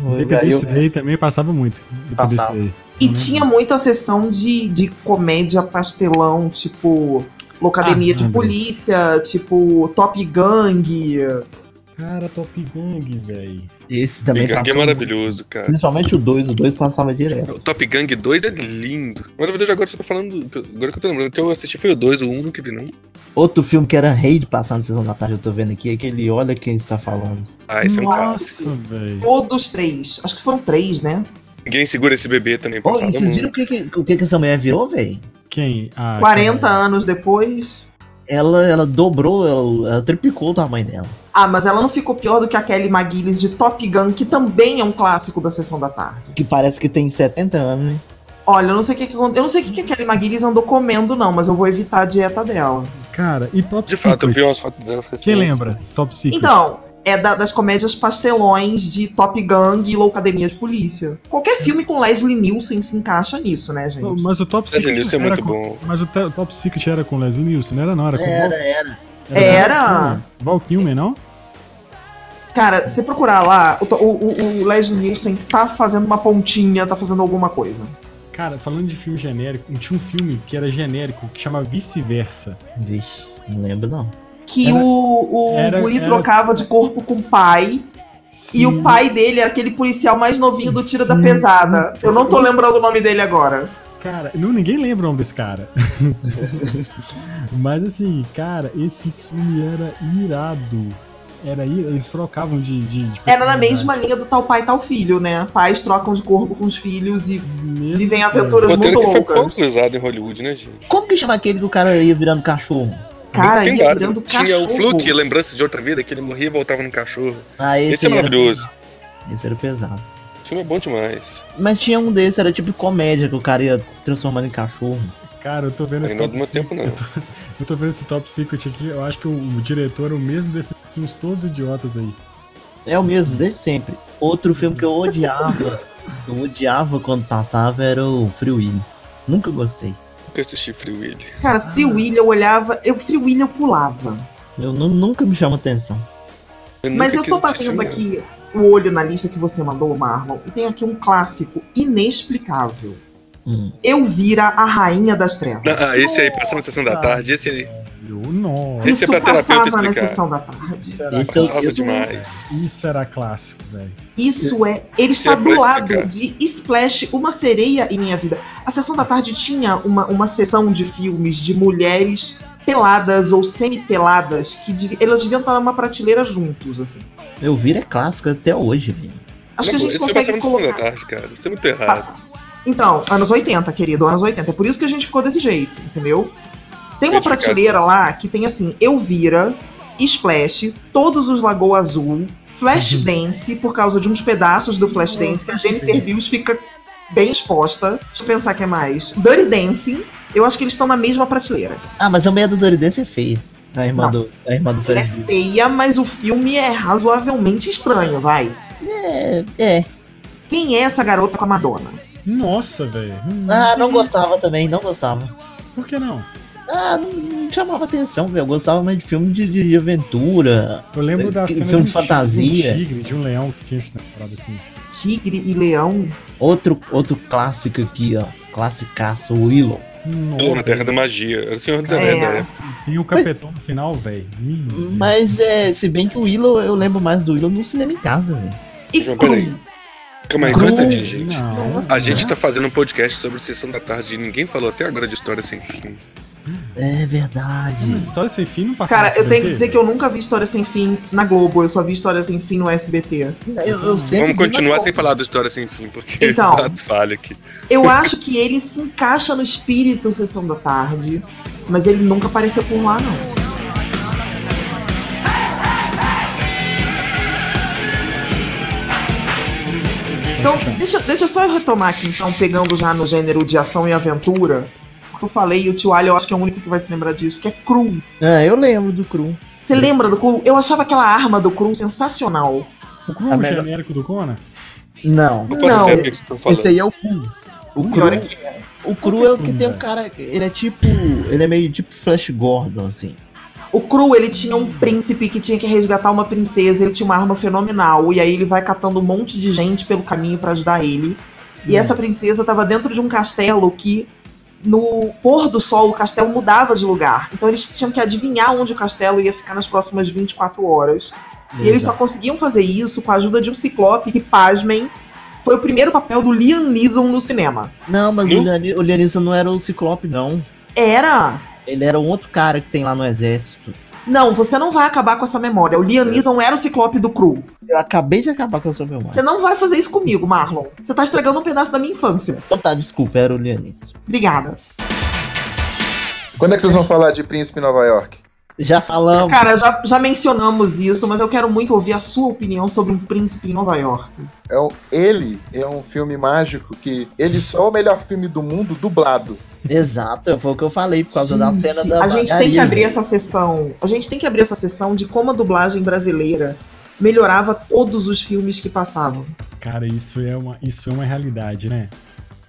E: eu- aí eu-
A: Independence Day também passava muito. Independence
E: Passava.
A: Day.
C: E
A: Hum.
C: tinha muita sessão de, de comédia pastelão, tipo Locademia
A: Ah,
C: de
A: lembrei.
C: Polícia, tipo Top Gang.
A: Cara, Top Gang, velho.
E: Esse
D: Top
E: também um
D: Gang é
E: passava.
D: maravilhoso, cara.
E: Principalmente o 2, o 2 passava direto.
D: O Top Gang 2 é lindo. Mas na verdade agora eu só tô falando. Agora que eu tô lembrando, o que eu assisti foi o 2, o 1 nunca vi, não.
E: Outro filme que era rei de passar na sessão da tarde, eu tô vendo aqui, é aquele Olha Quem Está Falando.
D: Ah, esse é um clássico.
A: Nossa, velho.
C: Todos três. Acho que foram três, né?
D: Ninguém segura esse bebê também.
E: Ô,
D: passava
E: e vocês viram o
D: muito.
E: que, que- o que, que essa mulher virou, velho?
A: Quem? Ah,
C: 40
A: cara.
C: anos depois.
E: Ela, ela dobrou, ela, ela triplicou o tamanho dela.
C: Ah, mas ela não ficou pior do que a Kelly McGillis de Top Gun, que também é um clássico da sessão da tarde.
E: Que parece que tem 70 anos, né?
C: Olha, eu não sei o que, que aconte- eu não sei o que, que a Kelly McGillis andou comendo, não, mas eu vou evitar a dieta dela.
A: Cara, e Top
D: De fato, assim. eu vi
A: Secret?
D: umas fotos delas com esse-
A: Quem lembra? Top Secret.
C: Então, é da- das comédias pastelões de Top Gang e Loucademia de Polícia. Qualquer filme com Leslie Nielsen se encaixa nisso, né, gente?
A: Mas o Top
D: Esse
A: Secret.
D: Nilson é
A: era
D: muito
A: com-
D: bom.
A: Mas o te- Top Secret era com Leslie Nielsen, não era não? Era com
E: Era, era.
A: Val-
C: Era.
A: Val Kilmer, não?
C: Cara, se procurar lá, o, to- o- o- o Leslie Nielsen tá fazendo uma pontinha, tá fazendo alguma coisa.
A: Cara, falando de filme genérico, tinha um filme que era genérico que chama Vice-Versa.
E: Vixe, não lembro não.
C: Que
A: Era-
C: o, o
A: era-
C: guri
A: era-
C: trocava de corpo com o pai, e o pai dele era aquele policial mais novinho do Tira da
A: Sim.
C: Pesada. Eu não tô lembrando o nome dele agora.
A: Cara, não, ninguém lembra o nome desse cara. Mas assim, cara, esse filme era irado. Era ir... Eles trocavam de. de- de
C: Era na
A: personalidade.
C: mesma linha do tal pai, tal filho, né? Pais trocam de corpo com os filhos e
A: Mesmo
C: vivem
A: cara.
D: O
C: aventuras muito
D: roteiro que foi
C: loucas.
D: pouco usado em Hollywood, né, gente?
E: Como que chama aquele que o cara ia virando cachorro?
C: Cara,
D: Tem
C: ia
D: vários.
C: virando
D: Tinha o
C: cachorro.
D: Fluke, lembranças de outra vida, que ele morria e voltava no cachorro.
E: Ah, esse,
D: Esse é
E: era-
D: maravilhoso.
E: Esse era pesado.
D: Esse filme é bom demais.
E: Mas tinha um desses, era tipo comédia, que o cara ia transformando em cachorro.
A: Cara, eu tô vendo esse
D: Ainda não
A: top
D: deu tempo, não.
A: Eu tô, eu tô vendo esse top secret aqui. Eu acho que o, o diretor é o mesmo desses filmes todos idiotas aí.
E: É o mesmo, desde sempre. Outro filme que eu odiava, eu odiava quando passava, era o Free Willy. Nunca gostei.
D: Nunca assisti Free Willy.
C: Cara,
D: Ah.
C: Free Willy eu olhava, eu Free Willy eu pulava.
E: Eu nu- nunca me chama atenção.
C: Mas eu
D: nunca
C: tô
D: quis assistir
C: batendo
D: esse filme,
C: aqui o olho na lista que você mandou, Marlon, e tem aqui um clássico inexplicável.
E: Hum.
C: Eu vira a rainha das trevas.
D: não. Não, ah, esse aí, passando na sessão da
E: Nossa.
D: tarde, esse aí.
A: Eu, nossa,
D: Esse é
C: Isso
D: pra terapeuta
C: passava na
D: explicar.
C: sessão da tarde.
A: era,
E: Esse é o-
D: Passava
E: isso-
D: demais.
A: isso era clássico, velho.
C: Isso é. Ele
D: Isso
C: está
D: é pra
C: do lado
D: explicar.
C: de Splash, uma sereia em minha vida. A sessão da tarde tinha uma, uma sessão de filmes de mulheres peladas ou semi-peladas que dev- elas deviam estar numa prateleira juntos, assim.
E: Eu viro é clássico até hoje, velho.
C: Acho que a
D: Não,
C: gente
D: esse é
C: consegue
D: filme passava na sessão da
C: colocar.
D: tarde, cara. Isso é muito errado.
C: Passa. Então, anos 80, querido, anos 80. É por isso que a gente ficou desse jeito, entendeu? Tem uma
D: Identificação.
C: prateleira lá que tem assim, Elvira, Splash, todos os Lagoa Azul,
D: Uhum.
C: Flashdance, por causa de uns pedaços do Flashdance que a Jennifer Lewis fica bem exposta. Deixa eu pensar o que é mais. Dirty Dancing, eu acho que eles estão na mesma prateleira.
E: Ah, mas a meia do Doridense é feia. A irmã
C: Não.
E: do, a irmã do
C: Ela é
D: Uhum.
E: Fresno.
C: feia, mas o filme é razoavelmente estranho, vai.
E: É, é.
C: Quem é essa garota com a Madonna?
A: Nossa, velho. Hum,
E: Ah, não gostava também, não gostava.
A: Por que não?
E: Ah, não, não chamava atenção, velho. Eu gostava mais de filme de, de- de aventura.
A: Eu lembro da
E: Aquele
A: cena de
E: filme
A: um
E: de fantasia.
A: tigre, de um tigre, de um leão que tinha esse temporada assim.
C: Tigre e Leão.
E: Outro, outro clássico aqui, ó. Classicaço, Willow.
D: Pô, na
A: Nossa,
D: Terra da Magia. Era o Senhor dos Anéis,
C: É.
D: né?
A: tem o capetão no final, velho. Misericórdia.
E: Mas é, se bem que o Willow, eu lembro mais do Willow no cinema em casa, velho.
C: E
D: João,
C: Cru.
D: peraí. Fica mais um
E: Cru-
D: instantinho, gente.
A: Não.
E: Nossa.
D: A gente tá fazendo um podcast sobre Sessão da Tarde e ninguém falou até agora de História Sem Fim.
E: É verdade.
A: Mas História sem fim não passava.
C: Cara, eu
A: no
C: tenho que
A: SBT?
C: dizer que eu nunca vi História Sem Fim na Globo, eu só vi História Sem Fim no SBT.
E: Eu, eu sempre
D: Vamos
E: vi na
D: continuar
E: Globo.
D: sem falar do História Sem Fim, porque
C: Então.
D: tá falha aqui.
C: Eu acho que ele se encaixa no espírito Sessão da Tarde, mas ele nunca apareceu por lá, não. Então, deixa, deixa eu só eu retomar aqui, então, pegando já no gênero de ação e aventura, porque eu falei, e o tio Ali, eu acho que é o único que vai se lembrar disso, que é cru.
E: Ah, eu lembro do Cru.
C: Você lembra do cru? Eu achava aquela arma do cru sensacional.
A: O Cru é
E: A
A: o
E: melhor-
A: genérico do Conan?
E: Não.
D: Não posso
C: Não,
D: entender o que vocês estão falando.
E: Esse aí é o Cru. O
C: Pior é
E: Cru, o cru é o que tem um
A: Qualquer
E: cara. Ele é tipo. Ele é meio tipo Flash Gordon, assim.
C: O Cru, ele tinha um príncipe que tinha que resgatar uma princesa, ele tinha uma arma fenomenal, e aí ele vai catando um monte de gente pelo caminho pra ajudar ele. E essa princesa tava dentro de um castelo que, no pôr do sol, o castelo mudava de lugar. Então eles tinham que adivinhar onde o castelo ia ficar nas próximas 24 horas. E eles só conseguiam fazer isso com a ajuda de um ciclope que, pasmem, foi o primeiro papel do Liam Neeson no cinema.
E: Não, mas
D: Hum?
E: o Leoni- o Leonissa não era o Ciclope, não.
C: Era!
E: Ele era um outro cara que tem lá no exército.
C: Não, você não vai acabar com essa memória. O Liam Neeson era o ciclope do Cru.
E: Eu acabei de acabar com a sua memória.
C: Você não vai fazer isso comigo, Marlon. Você tá estragando um pedaço da minha infância.
E: Então tá, desculpa, era o Leonissa.
C: Obrigada.
G: Quando é que vocês vão falar de Príncipe em Nova York?
E: Já falamos.
C: Cara, já, já mencionamos isso, mas eu quero muito ouvir a sua opinião sobre um príncipe em Nova York.
G: É um, ele é um filme mágico que ele só é o melhor filme do mundo dublado.
E: Exato, foi o que eu falei por causa da
C: Gente,
E: cena da.
C: A gente tem que
E: margarina.
C: abrir essa sessão. A gente tem que abrir essa sessão de como a dublagem brasileira melhorava todos os filmes que passavam.
A: Cara, isso é, uma, isso é uma realidade, né?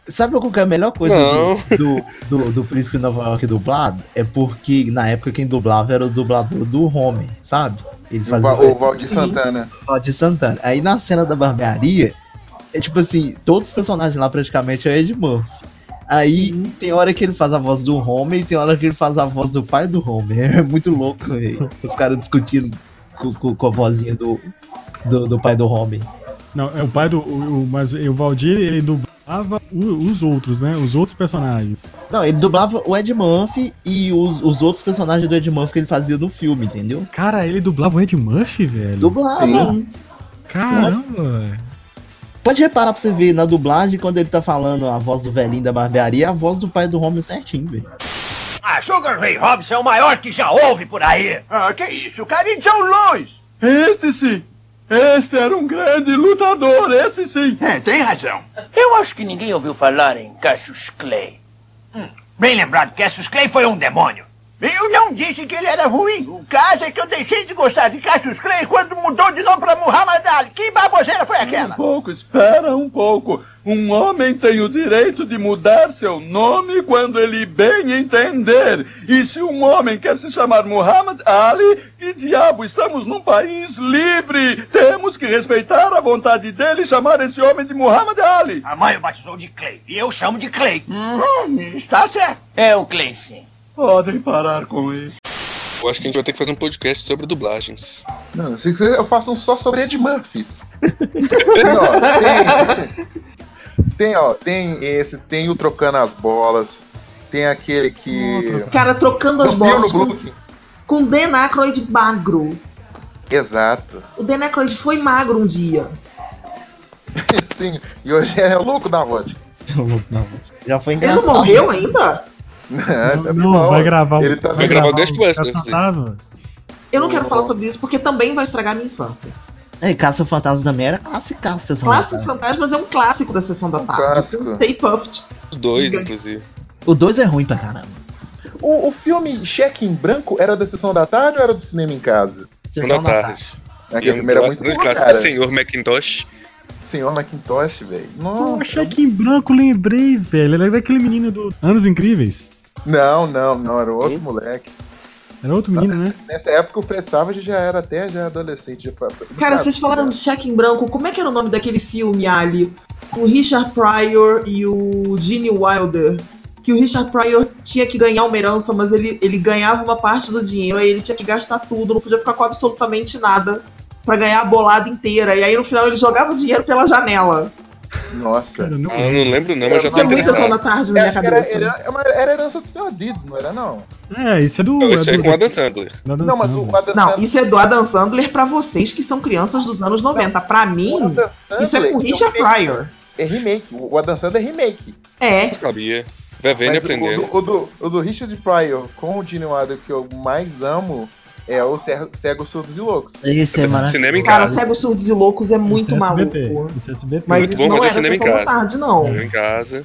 E: Sabe qual que é a melhor coisa
D: Não.
E: do, do, do, do Príncipe de Nova York dublado? É porque na época quem dublava era o dublador do Homer, sabe? Ele
G: O,
E: fazia
G: Va- o Valdir
C: Sim.
G: Santana.
E: Ó, de Santana. Aí na cena da barbearia, é tipo assim, todos os personagens lá praticamente é o Ed Murphy. Aí
C: Uhum.
E: tem hora que ele faz a voz do Homer e tem hora que ele faz a voz do pai do Homer. É muito louco, velho. Os caras discutindo com, com- com a vozinha do, do, do pai do Homer.
A: Não, é o pai do. O, o- mas o Valdir, ele dublava o- os outros, né? Os outros personagens.
E: Não, ele dublava o Ed Murphy e os, os outros personagens do Ed Murphy que ele fazia no filme, entendeu?
A: Cara, ele dublava o Ed Murphy, velho.
E: Dublava.
G: Sim.
A: Caramba!
E: Pode reparar pra você ver, na dublagem, quando ele tá falando a voz do velhinho da barbearia, é a voz do pai do Homer certinho, velho.
H: Ah, Sugar Ray Robinson é o maior que já houve por aí. Ah, que isso? O cara é John Lewis.
I: Este sim! Este era um grande lutador, esse sim!
H: É, tem razão.
J: Eu acho que ninguém ouviu falar em Cassius Clay.
H: Hum, Bem lembrado, Cassius Clay foi um demônio. Eu não disse que ele era ruim. O caso é que eu deixei de gostar de Cassius Clay quando mudou de nome pra Muhammad Ali. Que baboseira foi
I: Um
H: aquela?
I: pouco, espera um pouco. Um homem tem o direito de mudar seu nome quando ele bem entender. E se um homem quer se chamar Muhammad Ali, que diabo, estamos num país livre. Temos que respeitar a vontade dele e chamar esse homem de Muhammad Ali.
H: A mãe o batizou de Clay e eu chamo de Clay. Uhum, está certo.
J: É o Clay, sim.
I: Podem parar com isso.
D: Eu acho que a gente vai ter que fazer um podcast sobre dublagens.
G: Não, se quiser, eu faço um só sobre Ed Murphy. Tem, ó, tem, tem, ó, tem esse, tem o Trocando as Bolas, tem aquele que.
C: Cara, trocando as
G: Vampiro
C: bolas
G: no
C: com,
G: Brooklyn.
C: com Dan Aykroyd magro.
G: Exato.
C: O Dan Aykroyd foi magro um dia.
G: Sim, e hoje é louco da vodka.
E: Não, já foi
C: Ele
E: engraçado.
C: não morreu ainda?
G: Não, tá
A: Não,
G: bom.
A: vai gravar o-
G: Ele tá
D: Vai gravar o
A: Caça
D: Ghostbusters.
A: Fantasma.
C: Eu não quero falar sobre isso porque também vai estragar minha infância.
E: É, Caça ao Fantasma também era classicaço. essa né?
C: Clássico
E: novela.
C: Fantasmas é um clássico da sessão da tarde.
G: clássico.
C: Stay puffed.
D: Os dois,
C: Gigante.
D: inclusive.
E: O 2 é ruim pra caramba.
G: O, o filme Cheque em Branco era da sessão da tarde ou era do cinema em casa? É
E: Sessão da tarde.
G: Aquele filme era muito bom,
D: clássico,
G: cara.
D: Senhor Macintosh.
G: Senhor Macintosh, velho.
A: Pô,
G: Nossa.
A: achei que em branco lembrei, velho. Ele era daquele menino do Anos Incríveis.
G: Não, não, não, era outro moleque.
A: Era outro menino, né?
G: Nessa época o Fred Savage já era até já adolescente. já pra-
C: Cara,
G: já-
C: vocês falaram de Cheque em Branco. Como é que era o nome daquele filme, Ali? Com o Richard Pryor e o Gene Wilder. Que o Richard Pryor tinha que ganhar uma herança, mas ele, ele ganhava uma parte do dinheiro, aí ele tinha que gastar tudo, não podia ficar com absolutamente nada pra ganhar a bolada inteira. E aí no final ele jogava o dinheiro pela janela.
G: Nossa.
A: Cara, não-
D: Ah, eu não lembro não, mas já
C: Isso é
D: tô
C: muita sessão
D: interessado.
C: da tarde
G: Eu
C: na minha
G: acho que era,
C: cabeça.
G: era, é uma- era herança do Senhor Deeds, não era não?
A: É, isso é do.
D: Não, Isso
A: é
D: aí é
A: do-
D: com o Adam Sandler.
A: da né? dançando.
G: Não, mas o Adam
C: Não,
G: Sandler-
C: isso é do Adam Sandler pra vocês que são crianças dos anos 90. Pra
G: o
C: mim,
G: Adam Sandler,
C: isso é com o
G: ele
C: Richard
G: um remake.
C: Pryor.
G: É remake. O o Adam Sandler é remake.
C: É,
D: Não sabia. Vai vendo e
G: Mas o
D: aprendendo.
G: do- o, do, o do Richard Pryor com o Gene Wilder que eu mais amo é o Cer- Cego Surdos e Loucos.
E: Esse é maravilhoso.
D: Cinema em
C: cara,
D: casa.
C: Cegos, Surdos e Loucos é muito
A: Isso é
C: maluco.
A: SBT,
G: né?
A: Isso é SBT.
C: Mas
D: Muito
C: isso
D: bom
C: não
D: fazer
C: era
D: cinema em
C: sessão da
D: casa.
C: tarde, não.
D: Cinema em casa.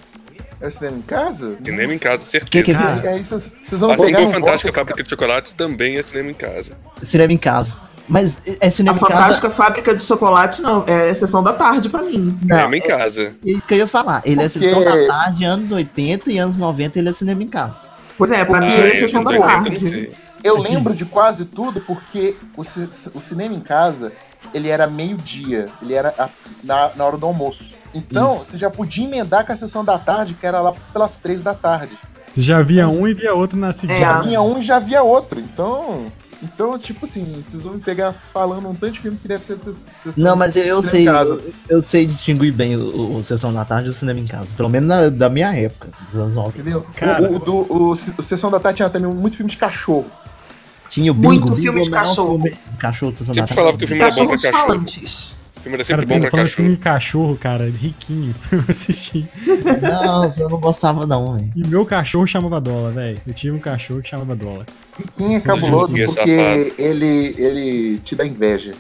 G: É o cinema em casa?
D: Cinema em casa,
E: Que
D: certeza.
E: que
A: Ah,
E: ah,
G: E aí vocês vocês vão
D: Assim
G: pegar
D: como
G: um
D: Fantástica
G: voto-
D: Fábrica de Chocolates também é cinema em casa.
E: Cinema em casa. Mas é é
C: A
E: cinema em casa.
C: Fantástica Fábrica de Chocolate, não. É sessão da tarde pra mim.
E: Não,
D: cinema em casa.
E: é isso que eu ia falar. Ele é
G: Porque-
E: sessão da tarde, anos 80 e anos 90 ele é cinema em casa.
C: Pois é, pra mim é
D: eu
C: sessão
D: Ah, não
C: da
D: tô entendendo, não
C: tarde.
D: sei.
G: Eu lembro de quase tudo porque o, ci- o cinema em casa ele era meio-dia, ele era a- na, na hora do almoço. Então
E: Isso.
G: você já podia emendar com a sessão da tarde, que era lá pelas três da tarde.
A: Já via um e via outro na seguinte.
C: Ah.
G: Vinha um e já via outro. Então, então tipo assim, vocês vão me pegar falando um tanto de filme que deve ser. de ses-
E: Não, mas eu, eu
G: cinema
E: sei.
G: em casa.
E: Eu, eu sei distinguir bem o, o Sessão da Tarde e o cinema em casa. Pelo menos na- da minha época, dos anos 90.
G: Entendeu?
A: Cara.
G: O, o, do, o, Se- o Sessão da Tarde tinha também muito filme de cachorro.
E: Tinha o bingo,
C: Muito
E: bingo,
C: filme de
E: o menor
C: cachorro.
E: filme- Cachorro de Sessão da
D: Sempre
E: Tarde.
D: falava que o filme era bom pra
C: Cachorros
D: cachorro.
C: falantes.
D: O filme era
A: Cara, assim,
D: sempre
A: eu tô
D: bom pra
A: falando de filme
D: cachorro.
A: de cachorro, cara, riquinho, eu assisti.
E: Nossa, eu não gostava não, velho.
A: E meu cachorro chamava Dola, velho. Eu tive um cachorro que chamava Dola.
G: Quem é cabuloso
D: Juninho,
G: porque ele, ele te dá inveja.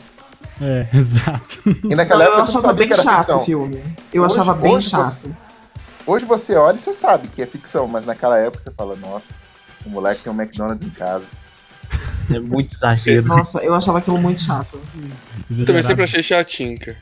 A: É, exato.
G: E
C: Não,
G: naquela
C: eu
G: época você não
C: achava
G: sabia
C: bem
G: é que era
C: chato o
G: ficção.
C: filme. Eu
G: Hoje-
C: achava bem
G: hoje você-
C: chato.
G: Hoje você olha e você sabe que é ficção, mas naquela época você fala, nossa, o moleque tem um McDonald's em casa.
E: É muito exagero. assim.
C: Nossa, eu achava aquilo muito chato.
D: Eu
A: né?
D: também sempre achei chatinho, cara.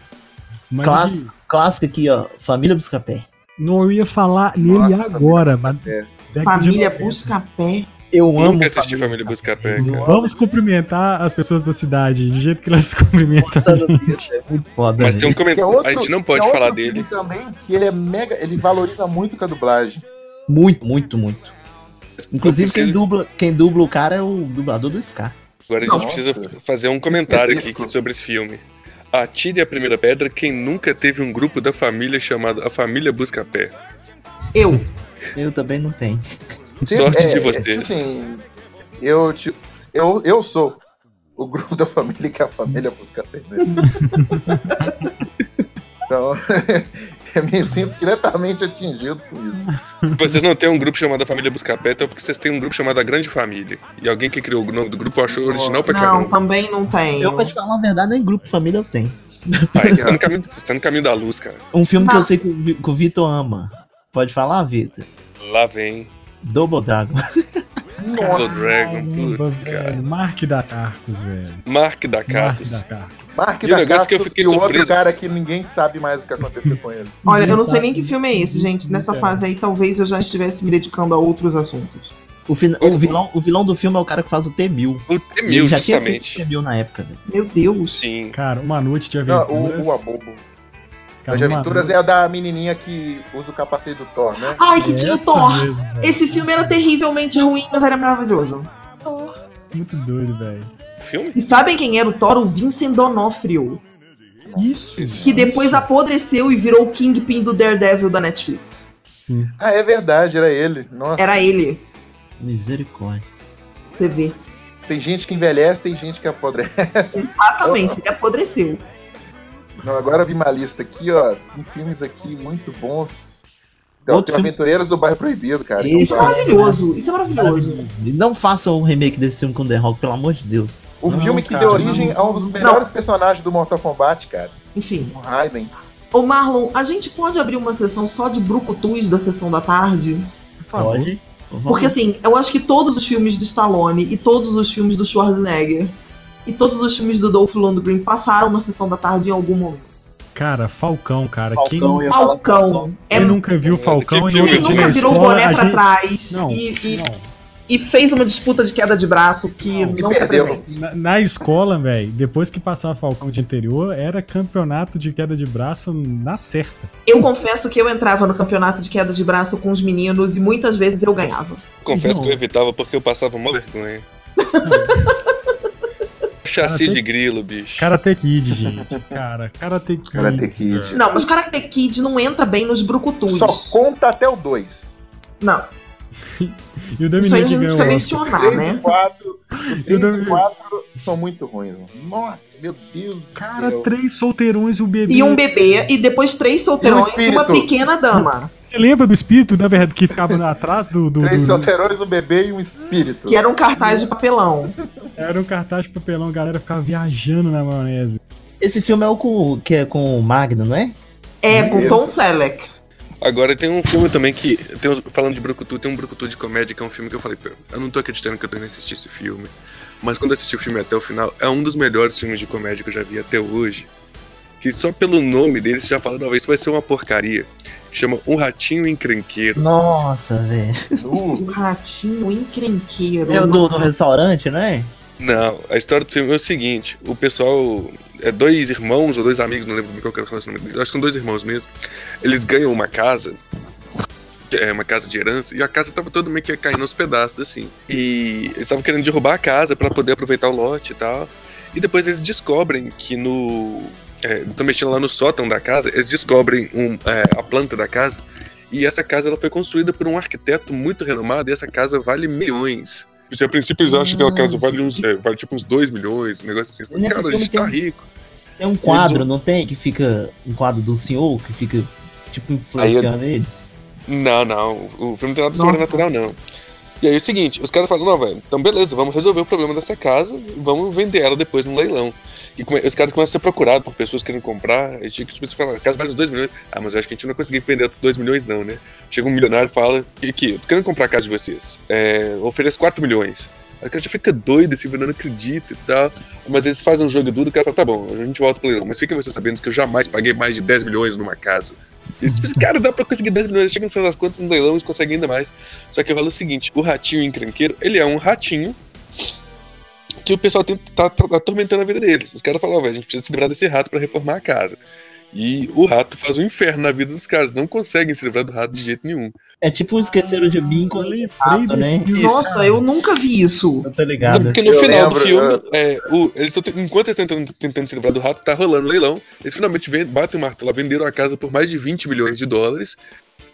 A: Mas
E: Clássico,
A: ele-
E: clássico aqui, ó. Família Buscapé.
A: Não, eu ia falar nele
G: Nossa,
A: agora, mas.
G: Buscapé.
A: década de
C: Família
A: 90.
C: busca pé.
E: Eu amo.
D: Nunca assisti Família Buscapé,
G: é
D: cara.
A: Vamos cumprimentar as pessoas da cidade, do jeito que elas cumprimentam.
E: Nossa, meu Deus, é muito foda.
D: Mas
E: velho.
D: tem um
G: Que é
D: comentário.
G: outro-
D: A gente não
G: que
D: pode
G: é outro
D: falar
G: filme
D: dele.
G: também, que ele é mega. Ele valoriza muito com a dublagem.
E: Muito, muito, muito. Inclusive,
D: Eu preciso-
E: quem dubla, quem dubla o cara é o dublador do Scar.
D: Agora a gente
G: Nossa.
D: precisa fazer um comentário aqui
G: Específico.
D: sobre esse filme. Atire a primeira pedra quem nunca teve um grupo da família chamado A Família Buscapé.
C: Eu.
E: Eu também não tenho.
D: Sorte de
G: tipo
D: vocês.
G: assim, eu, tipo, eu, eu sou o grupo da família que é a família busca atender. né? então, Eu me sinto diretamente atingido com isso.
D: Vocês não têm um grupo chamado A Família Buscapé, então é porque vocês têm um grupo chamado A Grande Família. E alguém que criou o nome do grupo achou original pra
C: Não,
D: caramba.
C: também não tem.
E: Eu, pra te falar a verdade, nem grupo família eu tenho.
D: Aí você tá, no caminho, você tá no caminho da luz, cara.
E: Um filme que
C: Ah.
E: eu sei que o, Vi- que o Vitor ama. Pode falar, Vitor?
D: Lá vem
E: Double Dragon.
D: Double Dragon, putz,
A: Caramba,
D: cara.
A: velho, Mark da Carcos, velho.
D: Mark da
A: Mark
D: Carlos.
A: da Carcos.
G: Mark
D: E o
G: da
D: negócio que eu
G: Castos
D: fiquei
G: e o outro
D: surpreso-
G: cara que ninguém sabe mais o que aconteceu com ele.
C: Olha, eu não sei nem que filme é esse, gente. Nessa fase aí, talvez eu já estivesse me dedicando a outros assuntos.
E: O, fina- o vilão, o vilão do filme é o cara que faz o T-1000.
D: O
E: E
D: T-1000,
E: Ele já tinha feito
D: justamente.
E: o T-1000 na época, velho.
C: Meu Deus.
D: Sim.
A: Cara, uma noite de
G: Não,
A: aventuras.
G: Ah, o, o Abobo.
A: cara,
G: As
A: uma
G: aventuras
A: noite-
G: é a da menininha que usa o capacete do Thor, né?
C: Ai, que dia
A: Essa
C: Thor!
A: mesmo, velho.
C: Esse filme era terrivelmente ruim, mas era maravilhoso.
A: Muito doido, velho.
D: Filme?
C: E sabem quem era o Thor? O Vincent D'Onofrio,
A: Isso.
C: que depois apodreceu e virou o Kingpin do Daredevil da Netflix.
A: Sim.
G: Ah, é verdade, era ele. Nossa,
C: Era ele,
E: Misericórdia.
C: você vê.
G: tem gente que envelhece, tem gente que apodrece.
C: Exatamente, ele apodreceu.
G: Não, agora eu vi uma lista aqui, ó. Tem filmes aqui muito bons. Então,
E: Outro
G: tem
E: filme-
G: Aventureiros do Bairro Proibido, cara.
E: Esse
C: Isso é
G: Então,
C: maravilhoso, isso é maravilhoso.
E: E Não façam um remake desse filme com The Rock, pelo amor de Deus.
G: o
A: Não,
G: filme que
A: cara,
G: deu origem a um dos melhores personagens do Mortal Kombat, cara.
C: Enfim.
G: O Raiden.
C: Ô Marlon, a gente pode abrir uma sessão só de brucutus da sessão da tarde?
A: favor.
E: Pode. Por favor.
C: Porque assim, eu acho que todos os filmes do Stallone e todos os filmes do Schwarzenegger e todos os filmes do Dolph Lundgren passaram na sessão da tarde em algum momento.
A: Cara, Falcão, cara. quem
E: Falcão, eu ia falar
C: Falcão. É,
A: quem nunca viu
D: Que
A: Falcão e
D: filme
A: nunca
C: quem
A: viu
D: eu tinha
A: na
C: nunca virou o
A: escola,
C: boné
A: a
C: pra
A: gente-
C: trás
A: Não,
C: e, e-
A: não.
C: e fez uma disputa de queda de braço que
A: Não,
C: não,
G: e
C: se
G: perdeu.
C: apresenta.
A: Na, na escola, velho, depois que passava Falcão de interior, era campeonato de queda de braço na certa.
C: Eu confesso que eu entrava no campeonato de queda de braço com os meninos e muitas vezes eu ganhava.
D: Confesso
A: Não.
D: que eu evitava porque eu passava uma vergonha. Chassi
A: Cara,
D: de grilo, bicho.
A: Karate Kid, gente. Cara, Karate Kid.
G: Karate Kid.
C: Não, mas Karate Kid não entra bem nos brucutus.
G: Só conta até o 2.
C: Não,
A: E o
C: isso
A: Dominique
C: aí a gente
A: ganhou.
C: não precisa
A: o
C: mencionar,
G: 3 e
C: né?
G: 4.
A: Eu
G: 3
A: não-
G: e 4 são muito ruins, mano. Nossa, meu Deus do
A: Cara,
G: céu.
A: três solteirões e o bebê.
C: E um bebê, e depois três solteirões e uma
G: espírito.
C: pequena dama.
A: Você lembra do espírito, na verdade, que ficava lá atrás do. do,
G: Três
A: do-
G: solteirões, um bebê e um espírito.
C: Que era um cartaz de papelão.
A: Era um cartaz de papelão, a galera ficava viajando na maionese.
E: Esse filme é o com, que é com o Magno, não é?
C: É, com
G: Isso.
C: Tom Selleck.
D: Agora tem um filme também que. Tem, uns- falando de Brucutu, tem um Brucutu de comédia que é um filme que eu falei, "Pô, eu não tô acreditando que eu tô indo assistir esse filme. Mas quando eu assisti o filme até o final, é um dos melhores filmes de comédia que eu já vi até hoje. Que só pelo nome dele você já fala, não, isso vai ser uma porcaria. Chama Um Ratinho Encrenqueiro.
E: Nossa, velho.
G: Nu.
C: O Um ratinho encrenqueiro.
E: É o do, do restaurante, não é?
D: Não, a história do filme é o seguinte: o pessoal. É dois irmãos ou dois amigos, não lembro bem qual que era o relacionamento deles, acho que são dois irmãos mesmo. Eles ganham uma casa, que é uma casa de herança, e a casa tava toda meio que caindo aos pedaços, assim. E eles estavam querendo derrubar a casa pra poder aproveitar o lote e tal. E depois eles descobrem que no. É, eles estão mexendo lá no sótão da casa, eles descobrem um, é, a planta da casa. E essa casa ela foi construída por um arquiteto muito renomado, e essa casa vale milhões. Se a princípio eles acham que aquela casa vale, uns, é, vale tipo uns 2 milhões, um negócio assim.
E: Nesse
D: Cara, a
E: filme
D: gente tá
E: tem-
D: rico.
E: Tem um quadro, não tem? Que fica um quadro do senhor que fica, tipo, influenciando eles.
D: Não, não. O filme não tem nada
C: Nossa.
D: sobrenatural, não. E aí é o seguinte, os caras falam, não, velho, então beleza, vamos resolver o problema dessa casa e vamos vender ela depois no leilão. E come- os caras começam a ser procurados por pessoas querendo comprar, aí chega, tipo, você fala, a casa vale uns 2 milhões. Ah, mas eu acho que a gente não vai conseguir vender por 2 milhões, não, né? Chega um milionário e fala, e aqui, eu tô querendo comprar a casa de vocês. É, eu ofereço 4 milhões. Aí o cara já fica doido, assim, eu não acredito e tal. Mas eles fazem um jogo duro, o cara fala, tá bom, a gente volta pro leilão, mas fiquem vocês sabendo que eu jamais paguei mais de 10 milhões numa casa. E, tipo, esse cara dá pra conseguir 10 milhões, chega no final das contas no leilão eles conseguem ainda mais. Só que eu falo o seguinte, o ratinho encrenqueiro, ele é um ratinho que o pessoal tem, tá at- atormentando a vida deles. Os caras falam, ó, velho, a gente precisa se livrar desse rato pra reformar a casa. E o rato faz um inferno na vida dos caras, não conseguem se livrar do rato de jeito nenhum.
E: É tipo um esqueceram de mim com
A: Lembrei
E: rato, né?
A: desse filme,
C: Nossa,
A: cara.
C: eu nunca vi isso.
E: Eu tô ligado.
D: Porque no
G: Eu
D: final do
G: lembro,
D: filme,
G: eu-
D: é, o- eles tão, te- enquanto eles estão tentando, tentando se livrar do rato, tá rolando o leilão. Eles finalmente vêm- batem o martelo, lá, venderam a casa por mais de 20 milhões de dólares.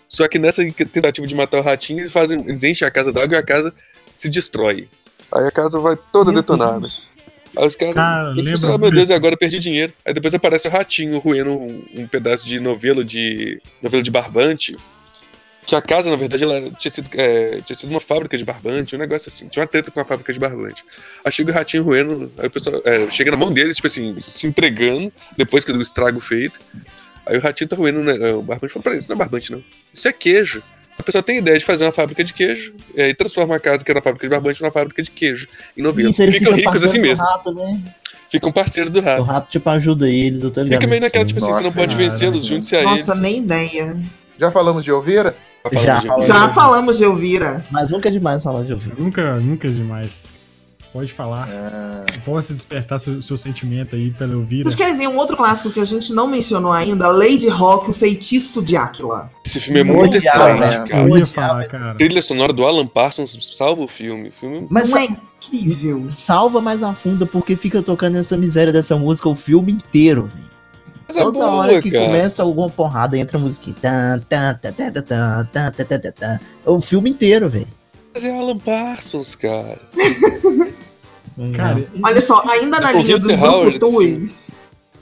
D: Só que nessa tentativa de matar o ratinho, eles, fazem, eles enchem a casa d'água e a casa se destrói. Aí a casa vai toda
C: Meu
D: detonada. Aí os caras.
A: Cara,
D: eu tipo,
A: lembra-
D: "Ah, meu Deus, e agora eu perdi dinheiro. Aí depois aparece o ratinho roendo um, um pedaço de novelo de. novelo de barbante. Que a casa, na verdade, ela tinha sido, é, tinha sido uma fábrica de barbante, um negócio assim. Tinha uma treta com a fábrica de barbante. Aí chega o ratinho roendo, aí o pessoal é, chega na mão deles, tipo assim, se entregando, depois que do estrago feito. Aí o ratinho tá roendo, né, o barbante falou, peraí, isso não é barbante não. Isso é queijo. A pessoa tem a ideia de fazer uma fábrica de queijo, e aí transforma a casa que era uma fábrica de barbante numa fábrica de queijo. E novelo.
E: Isso, eles
D: Ficam
E: ficam
D: ricos
E: passando
D: assim
E: pro
D: mesmo.
E: rato, né?
D: Ficam parceiros do rato.
E: O rato, tipo, ajuda eles, eu tô ligado.
D: Fica meio
E: nesse
D: naquela, tipo
E: filme.
D: assim, você não
G: Nossa,
D: pode
E: cara.
D: vencê-los, junte-se a eles.
C: Nossa, nem ideia.
G: Já falamos de Elvira?
D: Tá falando
E: Já.
D: de-
E: Fala
C: Já
E: de-
C: falamos de Elvira.
E: Mas nunca é demais falar de ouvir.
A: Nunca, nunca é demais. Pode falar.
G: É.
A: Pode despertar seu, seu sentimento aí pela ouvida.
C: Vocês querem ver um outro clássico que a gente não mencionou ainda? Lady Rock, o feitiço de Áquila.
D: Esse filme é
E: Não
D: muito
E: odiava,
D: excelente,
G: né?
D: cara.
A: Eu ia
E: Odiava
A: falar,
E: esse
A: cara.
D: Trilha sonora do Alan Parsons salva o filme. O filme
E: Mas
C: Não é
E: sa-
C: incrível.
E: salva mais a fundo porque fica tocando essa miséria dessa música o filme inteiro, velho.
D: mas é
E: Toda
D: boa,
E: hora que
D: cara.
E: começa alguma porrada, entra a musiquinha. Tan, tan, tan, tan, tan, tan, tan, tan, tan, tan, tan. É o filme inteiro, velho.
D: Mas é Alan Parsons, cara.
E: Hum,
A: Cara,
C: Olha só, ainda na
D: É o
C: linha dos
D: Rita Howard.
C: locutores.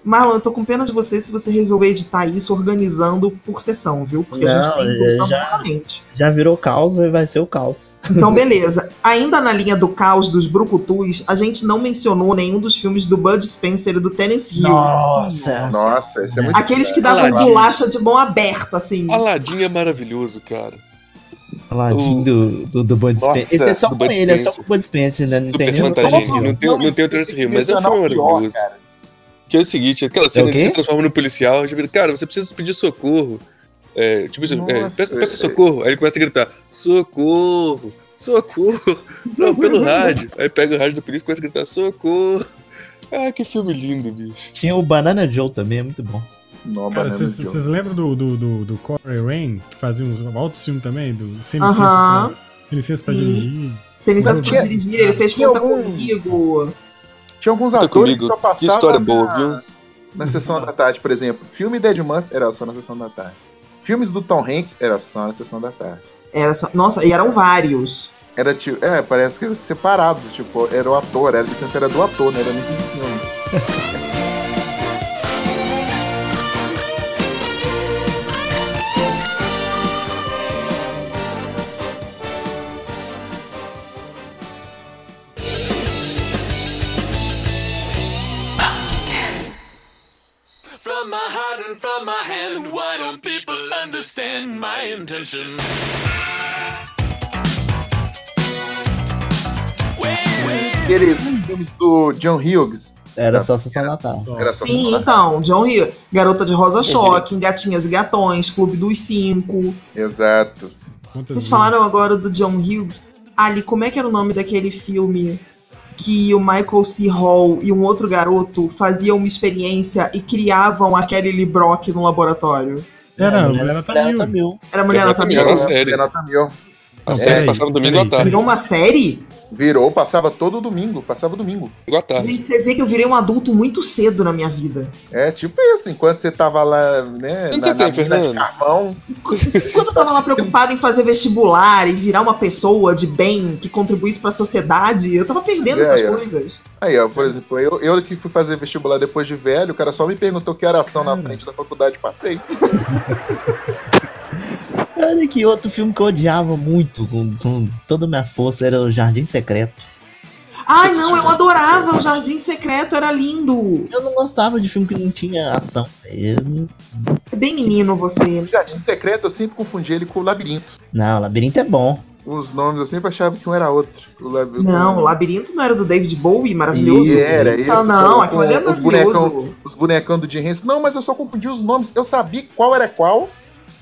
C: Marlon, eu tô com pena de você se você resolver editar isso organizando por sessão, viu? Porque a gente
E: Não,
C: tem
E: é,
C: tudo
E: já-
C: amplamente.
E: Já virou caos, véi, vai ser o caos.
C: Então, beleza. Ainda na linha do caos dos brucutus, a gente não mencionou nenhum dos filmes do Bud Spencer e do Terence Hill.
E: Nossa!
G: Nossa, esse é muito
C: Aqueles que davam
D: Aladdin.
C: bolacha de mão aberta, assim.
D: Aladdin é maravilhoso, cara.
E: Aladdin
D: O-
E: do, do, do Bud
G: Nossa,
E: Spencer. Esse é só
D: do
E: com
D: Bud
E: ele, é só
D: Spencer.
E: com o Bud Spencer, né? Não tem
D: Super
E: nem
D: fantasia.
E: Nossa,
D: Não tem, não tem o Terence Hill, mas é um filme maravilhoso. Que é o seguinte, aquela cena
E: o
D: que
E: quê?
D: se transforma no policial, tipo, cara, você precisa pedir socorro. É, tipo, isso, é,
G: Nossa,
D: peça, peça
G: é-
D: socorro. Aí ele começa a gritar, socorro, socorro. Não, pelo rádio. Aí pega o rádio do polícia e começa a gritar, socorro. Ah, que filme lindo, bicho.
E: Tinha o Banana Joe também, é muito bom.
G: Não,
A: Cara,
G: banana
A: vocês
G: de ouro.
A: vocês lembram do, do, do, do Corey Rain, que fazia uns altos filmes também? Do Sem Licença,
C: Aham.
A: pra, Sem licença pra
C: Sim.
A: dirigir.
C: Sem licença
A: Mas
C: pra
G: tinha-
C: dirigir, ele fez
G: tinha
C: conta
G: alguns-
C: comigo.
G: Tinha alguns
D: Conta
G: atores
D: comigo.
G: que só
D: Que
G: passavam
D: história
G: na,
D: boa, viu?
G: na sessão da tarde, por exemplo. Filme Dead Murphy era só na sessão da tarde. Filmes do Tom Hanks era só na sessão da tarde.
C: Era só... Nossa, e eram vários.
G: Era tipo, é, parece que era separado, tipo, era o ator, era a licença era do ator, né? Era muito em filme.
I: From my heart and from my hand, why don't people understand my intention?
G: Aqueles filmes do John Hughes.
E: Era
G: Tá.
E: só Sessão da Tarde.
G: Era só Uhum.
C: Sim,
G: sessão da tarde.
C: então. John Hill. Garota de Rosa Shocking, Gatinhas e Gatões, Clube dos Cinco.
G: Exato.
A: Quantas
C: Vocês
A: vezes?
C: falaram agora do John Hughes. Ali, como é que era o nome daquele filme que o Michael C. Hall e um outro garoto faziam uma experiência e criavam a Kelly Lee Brock no laboratório?
A: Era,
E: É,
A: mas era
G: tá
E: Mulher
A: Tamil.
E: Nota Mil.
C: Era Mulher Nota
D: Era
C: Mil?
D: uma série.
G: Era nota mil.
D: A
A: Não,
D: série
A: Ah, peraí,
D: É, passava domingo à
A: peraí.
D: tarde.
C: Virou uma série?
G: Virou, passava todo domingo, passava domingo.
D: Domingo à tarde.
C: Gente, você vê que eu virei um adulto muito cedo na minha vida.
G: É tipo isso, enquanto você tava lá, né,
D: Quanto você
G: na,
D: tem,
G: na mina de
D: Fernando?
G: carvão,
C: Quando eu tava lá preocupado em fazer vestibular e virar uma pessoa de bem que contribuísse pra sociedade, eu tava perdendo
G: É,
C: essas
G: é.
C: coisas.
G: Aí, ó, por exemplo, eu, eu que fui fazer vestibular depois de velho, o cara só me perguntou que oração na frente da faculdade, passei.
E: Olha que outro filme que eu odiava muito, com, com toda a minha força, era o Jardim Secreto.
C: Ai, não, eu adorava o Jardim Secreto, era lindo.
E: Eu não gostava de filme que não tinha ação. velho. Eu não-
C: É bem menino você.
G: O Jardim Secreto, eu sempre confundi ele com o Labirinto.
E: Não, o Labirinto é bom.
G: Os nomes eu sempre achava que um era outro. O lab...
C: Não, o Labirinto não era do David Bowie, maravilhoso?
G: Isso, era isso.
C: Ah, não, aquilo ali era
G: Com os
C: maravilhoso.
G: Os bonecão do Jim Henson. Não, mas eu só confundi os nomes. Eu sabia qual era qual,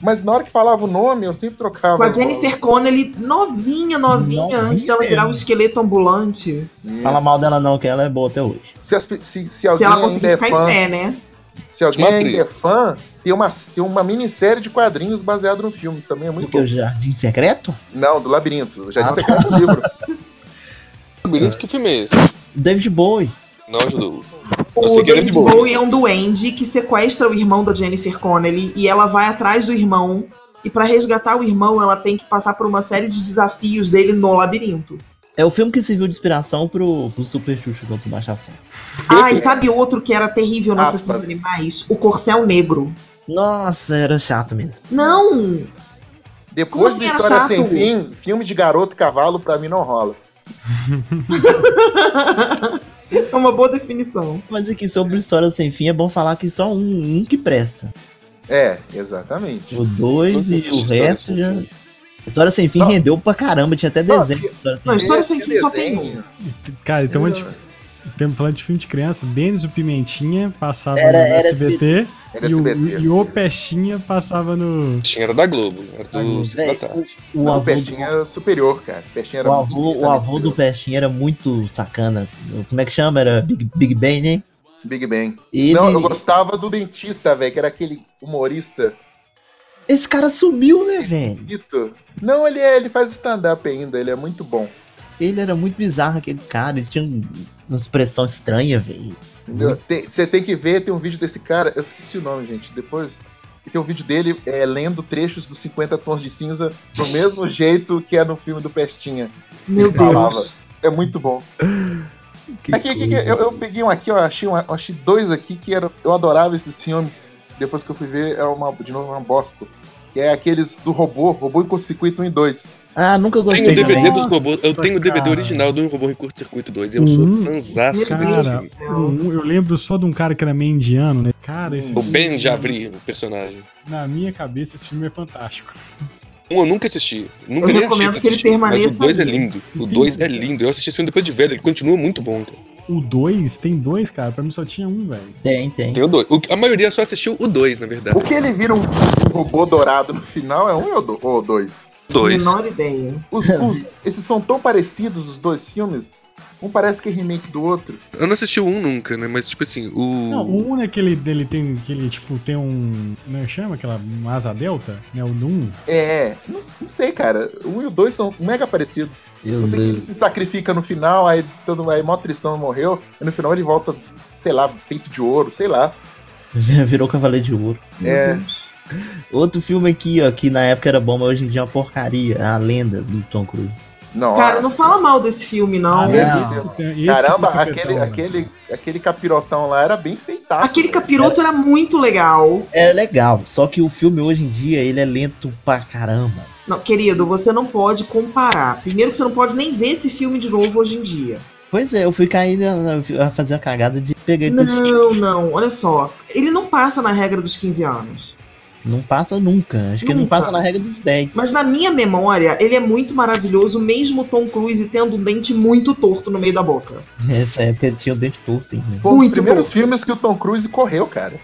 G: mas na hora que falava o nome, eu sempre trocava.
C: Com a Jennifer Connelly, novinha, novinha,
E: Novinha
C: antes dela virar um
E: mesmo.
C: esqueleto ambulante.
G: Isso.
E: Fala mal dela não, que ela é boa até hoje.
G: Se, as pe- se- se
C: Se
G: alguém
C: ela
G: ainda
C: conseguir
G: é
C: ficar em
G: fã,
C: pé, né?
G: se alguém ainda é
D: Matrix.
G: fã, tem uma, tem uma minissérie de quadrinhos baseada no filme. Também é muito
E: Porque o Jardim Secreto?
G: Não, do labirinto.
E: Ah,
G: Eu Já disse
E: tá.
G: que era do livro.
D: Labirinto, que filme é esse?
E: David Bowie.
D: Não ajudou. Eu
C: O
D: sei que era
C: David
D: de boa.
C: Bowie é um duende que sequestra o irmão da Jennifer Connelly e ela vai atrás do irmão. E pra resgatar o irmão, ela tem que passar por uma série de desafios dele no labirinto.
E: É o filme que serviu de inspiração pro, pro Super Xuxa contra o Baixa Santo.
C: Ah, e sabe outro que era terrível na
G: Aspas.
C: sessão de animais? O Corcel Negro.
E: Nossa, era chato mesmo.
C: Não! Como
G: Depois
C: assim
G: do
C: era
G: História
C: chato?
G: Sem Fim, filme de garoto e cavalo pra mim não rola.
C: É uma boa definição.
E: Mas aqui sobre História Sem Fim é bom falar que só um, um que presta.
G: É, exatamente.
E: O dois
D: Não
E: e
D: existe
E: o
D: História
E: resto
D: Sem
E: já. História Sem Fim
G: Não.
E: rendeu pra caramba, tinha até
G: Não,
E: desenho. de História Sem
C: Não,
E: Fim.
C: História Sem Fim só tem um.
G: Desenho.
A: Cara, então, tem uma. dif- Temos falando de filme de criança, Denis o Pimentinha passava
E: Era-
A: no
E: era
A: SBT,
G: Era
A: e, o,
G: SBT.
A: e o Pestinha passava no.
D: Tinha era da Globo, era do Sexta
E: Véi,
D: da Tarde.
E: o, o
G: Não, o
E: avô do
G: Pestinha era superior, cara. O Pestinha era um
E: O
G: muito
E: avô, o
G: infinitamente
E: avô do
G: superior.
E: Pestinha era muito sacana. Como é que chama? Era Big, Big Ben, né?
G: Big Bang.
E: Ele,
G: Não, eu gostava do dentista, velho, que era aquele humorista
E: Esse cara sumiu, né, velho?
G: dito. Não, ele é, ele faz stand-up ainda, ele é muito bom.
E: Ele era muito bizarro, aquele cara. Ele tinha uma expressão estranha, velho.
G: Entendeu? Tem- Você tem que ver, tem um vídeo desse cara, eu esqueci o nome, gente, depois. E tem um vídeo dele é, lendo trechos dos 50 tons de cinza do mesmo jeito que é no filme do Pestinha.
C: Meu
G: Ele falava.
C: Deus.
G: É muito bom.
E: Que
G: aqui, aqui, aqui,
E: coisa.
G: eu, eu peguei um aqui, eu achei, um- eu achei dois aqui que era, eu adorava esses filmes. Depois que eu fui ver, é uma, de novo uma bosta. Que é aqueles do robô, robô em curto-circuito 1 e 2.
E: Ah,
G: um
E: nunca
D: Tenho o
E: gostei
D: DVD
E: também.
D: dos robôs. Eu
A: Nossa,
D: tenho o DVD
A: cara.
D: original do Robô em Curto Circuito 2. Eu sou
A: Hum.
D: fanzaço desse
A: Cara,
D: filme.
A: um- eu lembro só de um cara que era meio indiano, né? Cara, esse
D: O
A: filme-
D: Ben Javri, o personagem.
A: Na minha cabeça, esse filme é fantástico.
D: Um eu nunca assisti. Nunca
C: Eu
D: nem
C: recomendo
D: achei pra
C: que ele
D: assistir, Mas o
C: permaneça
D: dois é
C: ali.
D: lindo. O
A: Entendi.
D: dois é lindo. Eu assisti esse filme depois de velho. Ele continua muito bom, cara.
A: O 2 tem dois, cara. Pra mim só tinha um, velho.
E: Tem, tem.
D: Tem o dois. O- a maioria só assistiu o dois, na verdade.
G: O que ele vira um, um robô dourado no final é um e o do- ou dois?
D: O dois.
C: Menor ideia.
G: Os, os- esses são tão parecidos, os dois filmes. Um parece que é remake do outro.
D: Eu não assisti o um nunca, né? Mas, tipo assim, o.
A: Não, o 1 é que ele, ele tem, que ele, tipo, tem um... Não chama aquela uma asa delta? Né, o 1.
G: É, não, s- não sei, cara. Um e o dois são mega parecidos.
E: Meu
G: Eu sei que ele
E: Deus.
G: se sacrifica no final, aí todo aí mó tristão morreu, e no final ele volta, sei lá, feito de ouro, sei lá.
E: Virou Cavaleiro de Ouro.
G: é,
E: Outro filme aqui, ó, que na época era bom, mas hoje em dia é uma porcaria. A Lenda do Tom Cruise.
G: não.
C: Cara, não
G: ah,
C: fala mal desse filme, não.
A: Ah,
G: esse-
E: não.
A: Esse
G: Caramba,
A: que é o
G: aquele,
A: capitão, né?
G: aquele, aquele capirotão lá era bem feitado.
C: Aquele capiroto era muito legal.
E: É legal, só que o filme hoje em dia ele é lento pra caramba.
C: Não, querido, você não pode comparar. Primeiro que você não pode nem ver esse filme de novo hoje em dia.
E: Pois é, eu fui caindo a a fazer a cagada de pegar ele pra
C: Não, não, olha só. Ele não passa na regra dos 15 anos.
E: Não passa nunca. Acho que não
C: Nunca.
E: passa na regra dos 10.
C: Mas na minha memória, ele é muito maravilhoso, mesmo Tom Cruise tendo um dente muito torto no meio da boca.
E: Nessa época ele tinha o dente torto né? ainda.
G: Foi um dos
C: muito
G: primeiros
C: bom.
G: filmes que o Tom Cruise correu, cara.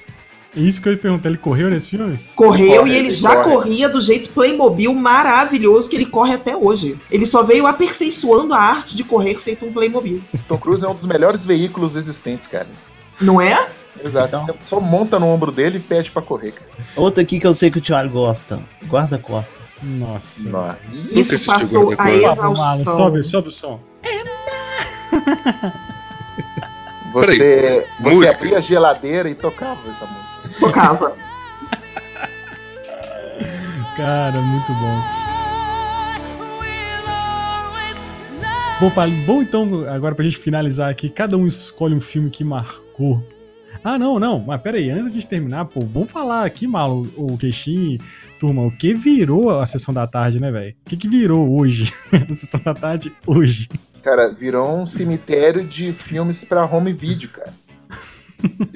A: É Isso que eu ia perguntar, ele correu nesse filme?
C: Correu
G: Corre,
C: e ele
G: ele
C: já
G: corre.
C: corria do jeito Playmobil maravilhoso que ele corre até hoje. Ele só veio aperfeiçoando a arte de correr feito um Playmobil.
G: Tom Cruise é um dos melhores veículos existentes, cara.
C: Não é?
G: Exato.
E: Então.
G: Você só monta no ombro dele e pede pra correr, cara.
E: Outro aqui que eu sei que o Thiago gosta. Guarda-costas.
A: Nossa.
G: Nó. Ih,
D: Nunca
C: Isso
D: assisti
C: passou
D: Guarda
C: a
D: Costas.
A: Fala,
C: exaustão.
A: sobe, sobe o som.
G: Você, você
D: música.
G: abria a geladeira e tocava essa música.
C: Tocava.
A: Cara, muito bom. Bom, pa- bom, então, agora pra gente finalizar aqui, cada um escolhe um filme que marcou. Ah, não, não, mas pera aí, antes de terminar, pô, vamos falar aqui, Malo, o Queixinho, turma, o que virou a Sessão da Tarde, né, velho? O que que virou hoje? a Sessão da Tarde hoje.
G: Cara, virou um cemitério de filmes pra home video, cara.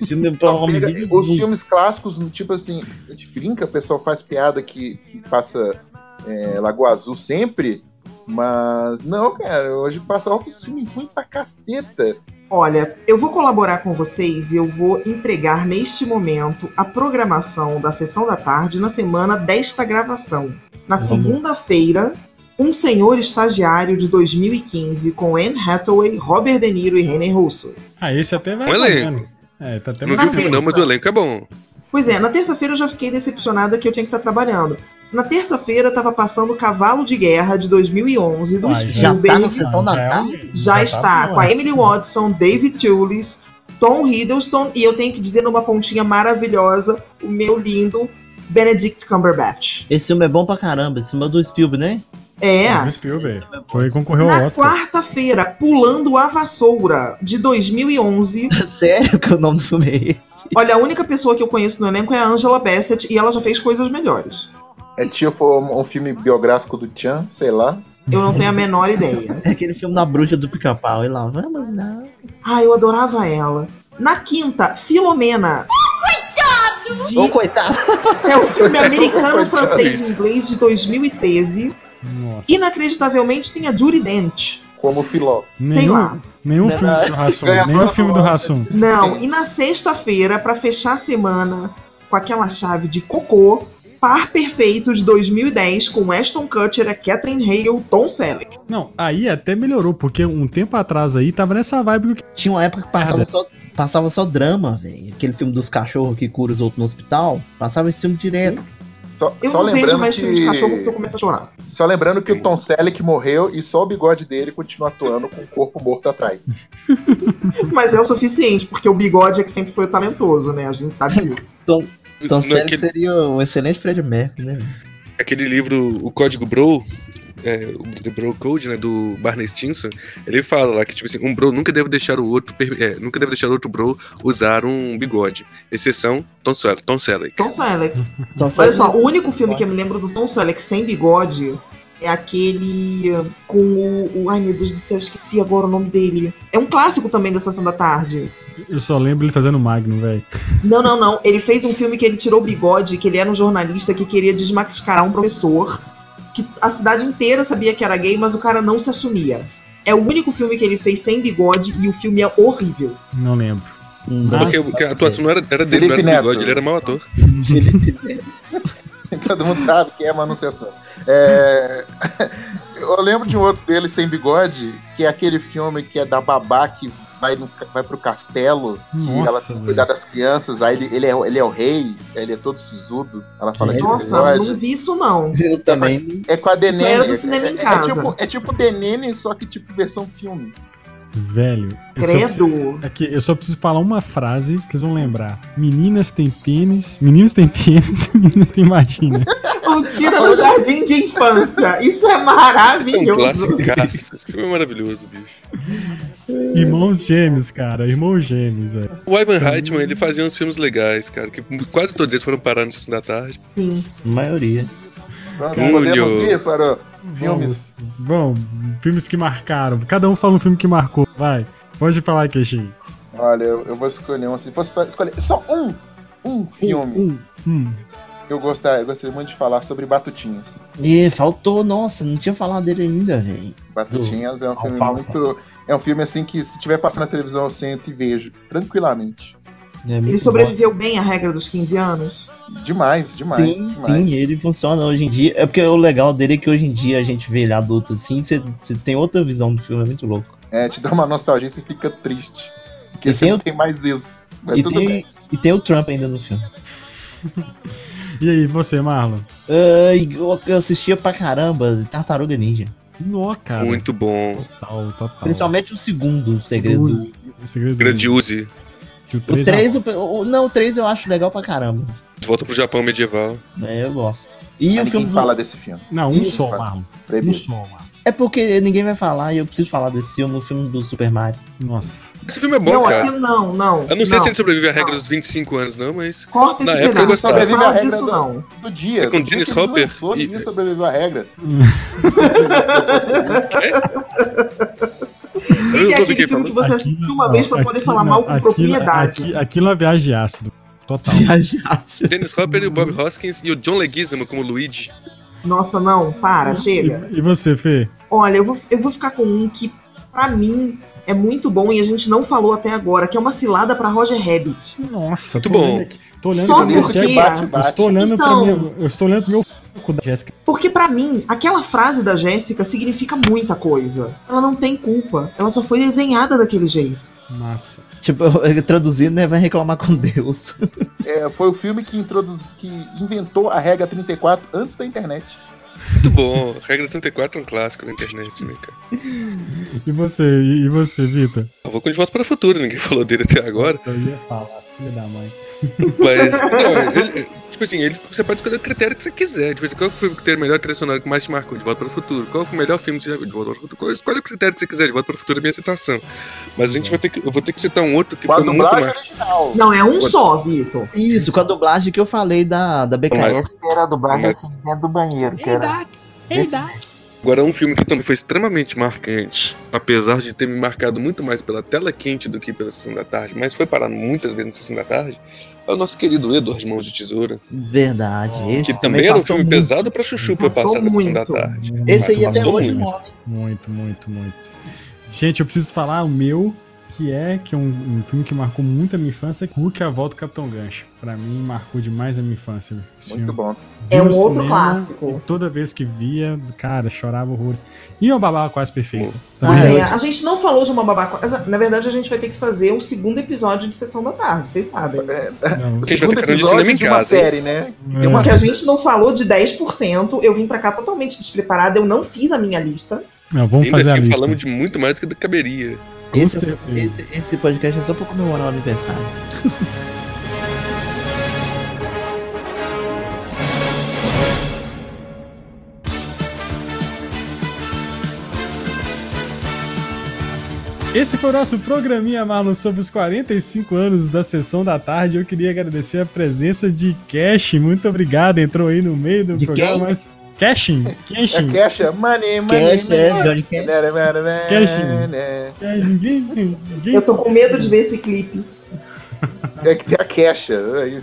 E: Filme é pra
G: Então,
E: home
G: pega
E: video.
G: os filmes clássicos, tipo assim, a gente brinca, o pessoal faz piada que, que passa é, Lagoa Azul sempre, mas não, cara, hoje passa outros filmes ruins pra caceta.
C: Olha, eu vou colaborar com vocês e eu vou entregar neste momento a programação da sessão da tarde na semana desta gravação. Na
E: Vamos.
C: segunda-feira, um senhor estagiário de 2015 com Anne Hathaway, Robert De Niro e René Russo.
A: Ah, esse até vai.
D: Um elenco.
A: valendo. É, tá até
D: Não vi
A: mais
D: o filme,
A: valendo.
D: não, mas o elenco é bom.
C: Pois é, na terça-feira eu já fiquei decepcionada que eu tinha que estar trabalhando. Na terça-feira estava passando Cavalo de Guerra de 2011 do
A: Uai,
E: Já tá
C: Spielberg.
E: na sessão da
A: Já é um-
E: tarde?
C: já
A: tá
C: está
A: bom,
C: com
A: é.
C: a Emily Watson, David Tulis, Tom Hiddleston e eu tenho que dizer numa pontinha maravilhosa o meu lindo Benedict Cumberbatch.
E: Esse filme é bom pra caramba. Esse filme é do Spielberg, né?
C: É.
A: Steven Spielberg. Foi concorreu ao
C: Na
A: Oscar.
C: quarta-feira, Pulando a Vassoura, de 2011.
E: Sério que o nome do filme é esse?
C: Olha, a única pessoa que eu conheço no elenco é a Angela Bassett e ela já fez coisas melhores.
G: É tipo um, um filme biográfico do Chan, sei lá.
C: Eu não tenho a menor ideia.
E: É aquele filme da bruxa do pica-pau. E lá, vamos lá.
C: Ah, eu adorava ela. Na quinta, Filomena. De...
E: Ô, coitado.
C: É o filme
G: um
C: americano,
G: Coitado.
C: francês e inglês de 2013.
A: Nossa.
C: Inacreditavelmente tem a Judy Dent.
G: Como Filó.
C: Sei
A: Nenhum-
C: lá.
A: Nenhum
E: Não,
A: filme
E: não.
A: do Rassum.
G: Ganhador
A: Nenhum
G: do
A: filme do
G: Oscar.
A: Rassum.
C: Não, e na sexta-feira, pra fechar a semana com aquela chave de cocô, Par Perfeito de 2010 com Ashton Kutcher, a Catherine Hale, Tom Selleck.
A: Não, aí até melhorou, porque um tempo atrás aí tava nessa vibe que
E: Tinha uma época que passava
A: Cara.
E: só, passava só drama, velho. Aquele filme dos cachorros que cura os outros no hospital. Passava esse filme direto.
G: Só,
C: Eu
G: só
C: não vejo
G: lembrando
C: mais filme de cachorro porque eu
G: que...
C: começo a chorar.
G: Só lembrando que o Tom Selleck morreu e só o bigode dele continua atuando com o corpo morto atrás.
C: Mas é o suficiente, porque o bigode é que sempre foi o talentoso, né? A gente sabe disso.
E: Então, sério que
D: Naquele-
E: seria um excelente Fred Mercury, né? velho?
D: aquele livro, O Código Bro, é, o The Bro Code, né, do Barney Stinson, ele fala lá que, tipo assim, um bro nunca deve deixar o outro, per- é, nunca deve deixar o outro bro usar um bigode. Exceção, Tom Selleck. Tom Selleck.
C: Tom Selleck.
E: Então,
C: Olha
E: sério-
C: só, o único filme que eu me lembro do Tom Selleck sem bigode é aquele eh, com o, o- Ai meu Deus do céu, esqueci agora o nome dele. É um clássico também da Sessão da Tarde.
A: eu só lembro ele fazendo Magnum, velho.
C: Não, não, não. Ele fez um filme que ele tirou o bigode, que ele era um jornalista que queria desmascarar um professor, que a cidade inteira sabia que era gay, mas o cara não se assumia. É o único filme que ele fez sem bigode e o filme é horrível.
A: Não lembro.
E: Hum, Nossa,
D: Porque o- que a atuação não era, era dele, não
G: Felipe
D: era do bigode,
G: Neto.
D: ele era mau ator.
E: Felipe,
G: Todo mundo sabe que é uma anunciação. É... Eu lembro de um outro dele sem bigode, que é aquele filme que é da babá que vai, no, ca- vai pro castelo, que
A: Nossa,
G: ela tem que
A: velho.
G: cuidar das crianças, aí ele, ele, é, o- ele é o rei, ele é todo sisudo, ela fala
E: É,
G: que
C: Nossa,
G: é
C: não
G: bigode.
C: vi isso não.
E: eu também.
G: É com a Denene.
C: Isso era do cinema em
G: é,
C: casa.
G: É, tipo, é tipo Denene, só que tipo versão filme.
A: Velho. eu só preciso-
C: Credo.
A: é que eu só preciso falar uma frase que vocês vão lembrar. Meninas têm pênis, meninos têm pênis, meninas têm vagina.
C: O Tira do Jardim de Infância. Isso é maravilhoso.
D: Um clássico. Esse filme é maravilhoso, bicho.
A: Irmãos gêmeos, cara. Irmãos gêmeos, velho.
D: O Ivan Reitman, ele fazia uns filmes legais, cara, que quase todos eles foram parar no Sessão da Tarde.
C: Sim.
E: Maioria.
G: Pronto,
D: Júlio.
G: podemos ir para filmes.
A: Vamos. Bom, filmes que marcaram. Cada um fala um filme que marcou. Vai. Pode falar, Queixinho.
G: Olha, eu, eu vou escolher um. Se fosse pra escolher só um, um filme,
A: Hum.
G: eu gostaria, eu gostaria muito de falar sobre Batutinhas.
E: E faltou, nossa, não tinha falado dele ainda, velho.
G: Batutinhas é um filme
E: Alfalfa.
G: muito. É um filme assim que se tiver passando na televisão eu sento e vejo tranquilamente.
E: É muito
C: Ele
E: bom.
C: sobreviveu bem à regra dos 15 anos?
G: Demais, demais,
E: Sim,
G: demais.
E: sim, ele funciona hoje em dia. É porque o legal dele é que hoje em dia a gente vê ele adulto assim, você você tem outra visão do filme, é muito louco.
G: É, te dá uma nostalgia e você fica triste. Porque
E: E
G: você
E: tem
G: não
E: o-
G: tem mais isso. Mas
E: E
G: tudo
E: tem,
G: bem.
E: e tem o Trump ainda no filme.
A: E aí, você, Marlon?
E: Ah, e eu, eu assistia pra caramba Tartaruga Ninja.
A: Nó, cara.
D: Muito bom.
A: Total, total.
E: Principalmente o segundo, o segredo.
A: Doze. O segredo
D: Grande
A: do-
D: Uzi. um.
A: que o
E: O
A: três é
E: 3, não, o 3 eu acho legal pra caramba.
D: De Volta pro Japão medieval.
E: É, eu gosto. E o
G: Ninguém
E: filme. do-
G: fala desse filme.
A: Não, um
E: Ih,
A: só,
G: cara.
A: Marlon. Um
G: Proibido.
A: só, Marlon.
E: É porque ninguém vai falar e eu preciso falar desse filme, o filme do Super Mario.
A: Nossa.
D: Esse filme é
C: não,
D: bom, cara.
C: aquilo não, não.
D: Eu não sei se ele sobrevive à regra dos 25 anos, não, mas.
C: Corta esse
D: Na época eu
C: pedaço,
D: gostava.
C: não
G: Sobrevive à
C: fala
G: regra
C: disso
G: do-
C: não.
G: Do dia.
D: É com
G: do dia
D: Dennis
G: que ele
D: Hopper
G: Lançou,
D: e-
G: ninguém sobreviveu à regra.
D: Eu
C: Ele é
D: tô do
C: aquele filme
D: que falando?
C: que você assiste uma vez pra poder falar mal com propriedade.
A: Aquilo, aquilo é viagem de ácido. Total.
E: Viajasse.
D: Dennis Hopper e o Bob Hoskins e o John Leguizamo como Luigi.
C: Nossa, não, para, chega.
A: E, e você, Fê?
C: Olha, eu vou, eu vou ficar com um que, pra mim, é muito bom e a gente não falou até agora, que é uma cilada pra Roger Rabbit.
A: Nossa,
D: Muito bom.
A: aqui. Tô olhando
C: Só
A: pra minha
C: porque-
A: Jack-
G: Bate,
A: Eu
G: bate.
A: estou olhando
C: Então-
A: pra meu, eu estou olhando pro meu foco da Jéssica.
C: Porque pra mim, aquela frase da Jéssica significa muita coisa. Ela não tem culpa, ela só foi desenhada daquele jeito.
A: Massa.
E: Tipo, eu- traduzindo, né? Vai reclamar com Deus.
G: É, foi o filme que introduz, que inventou a regra 34 antes da internet.
D: Muito bom. Regra 34 é um clássico da internet, né, cara?
A: E você, e, e você, Vitor?
D: Eu vou com De Volta para o Futuro, ninguém falou dele até agora.
A: Isso aí é fácil. Filho da mãe.
D: Mas, não, ele- tipo assim, ele, você pode escolher o critério que você quiser. Tipo assim, qual foi o critério melhor trilha sonora que mais te marcou? De Volta para o Futuro. Qual foi o melhor filme de, de Volta para o Futuro? Escolhe o critério que você quiser. De Volta para o Futuro é minha citação. Mas a
C: Uhum.
D: gente vai ter que, eu vou ter que citar um outro que
G: Com a
D: foi muito
G: dublagem
D: mais.
G: original.
C: Não, é um só, Vitor.
E: Isso, com a dublagem que eu falei da, da BKS.
D: é?
B: Parece que era a dublagem
D: Mas-
B: assim dentro do banheiro. Que era... desse-
D: Agora, um filme que também foi extremamente marcante, apesar de ter me marcado muito mais pela tela quente do que pela Sessão da Tarde, mas foi parar muitas vezes na Sessão da Tarde, é o nosso querido Edward Mãos de Tesoura,
E: Verdade. Esse
D: que também era um
E: passou
D: filme
E: muito.
D: pesado pra chuchu pra
C: Passou
D: passar na Sessão da
C: muito.
D: Tarde.
E: Esse aí
D: Mas
E: até
D: passou
E: hoje
D: muito.
E: morre.
A: Muito, muito, muito. Gente, eu preciso falar o meu, que é que é um, um filme que marcou muito a minha infância, que é Hulk e a Volta do Capitão Gancho. Pra mim, marcou demais a minha infância. esse
G: Muito
A: filme.
G: bom.
A: Vi
C: É
A: no
C: um outro
A: cinema,
C: clássico.
A: e Toda vez que via, cara, chorava horrores. E uma babava quase perfeita.
C: Ah,
A: Também.
C: é, a gente não falou de uma babaca. Na verdade, a gente vai ter que fazer um segundo episódio de Sessão da Tarde, vocês sabem.
A: Então, Não,
G: O
D: Quem vai
G: segundo
D: ter canal de tá cinema
G: episódio
D: em
G: de uma
D: casa, hein?
G: série, né?
A: é.
C: Porque a gente não falou de 10%. Eu vim pra cá totalmente despreparada, eu não fiz a minha lista.
A: Não, vamos
D: Ainda
A: fazer a
D: assim,
A: lista.
D: falamos de muito mais do que caberia.
E: Esse,
A: certeza.
E: esse, esse podcast é só pra comemorar o aniversário.
A: Esse foi o nosso programinha, Marlon, sobre os 45 anos da sessão da tarde. Eu queria agradecer a presença de Cash. Muito obrigado. Entrou aí no meio do
E: De
A: programa.
E: quem?
A: Mas... Cashin,
G: É
A: Cashin,
G: Kesha, money, money,
E: Cash
G: money.
E: é Johnny Cash.
G: Kesha.
A: Cashin, É, ninguém, ninguém-
C: Eu tô com medo de ver esse clipe.
G: É que tem a Kesha. Aí,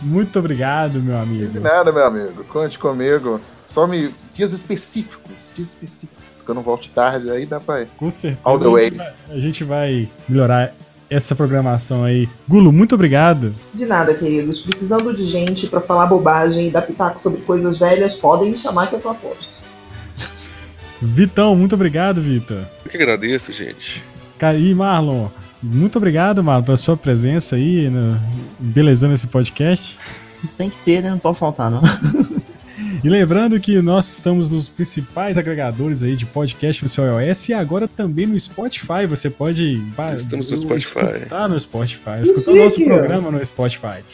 A: Muito obrigado, meu
G: De
A: amigo.
G: nada, meu amigo. Conte comigo. Só me. Dias específicos. Dias específicos. Que eu não volte tarde, aí dá pra.
A: Com certeza
G: All the
A: a
G: way.
A: gente vai- a gente vai melhorar essa programação aí. Gulo, muito obrigado.
C: De nada, queridos. Precisando de gente pra falar bobagem e dar pitaco sobre coisas velhas, podem me chamar que eu tô a posto.
A: Vitão, muito obrigado, Vitor.
D: Eu que agradeço, gente.
A: Caí, Marlon. Muito obrigado, Marlon, pela sua presença aí, no- belezando esse podcast.
E: Tem que ter, né? Não pode faltar, não.
A: E lembrando que nós estamos nos principais agregadores aí de podcast no seu iOS e agora também no Spotify. Você pode ba-
D: Estamos no Spotify.
A: escutar no Spotify, escutar o nosso programa no Spotify.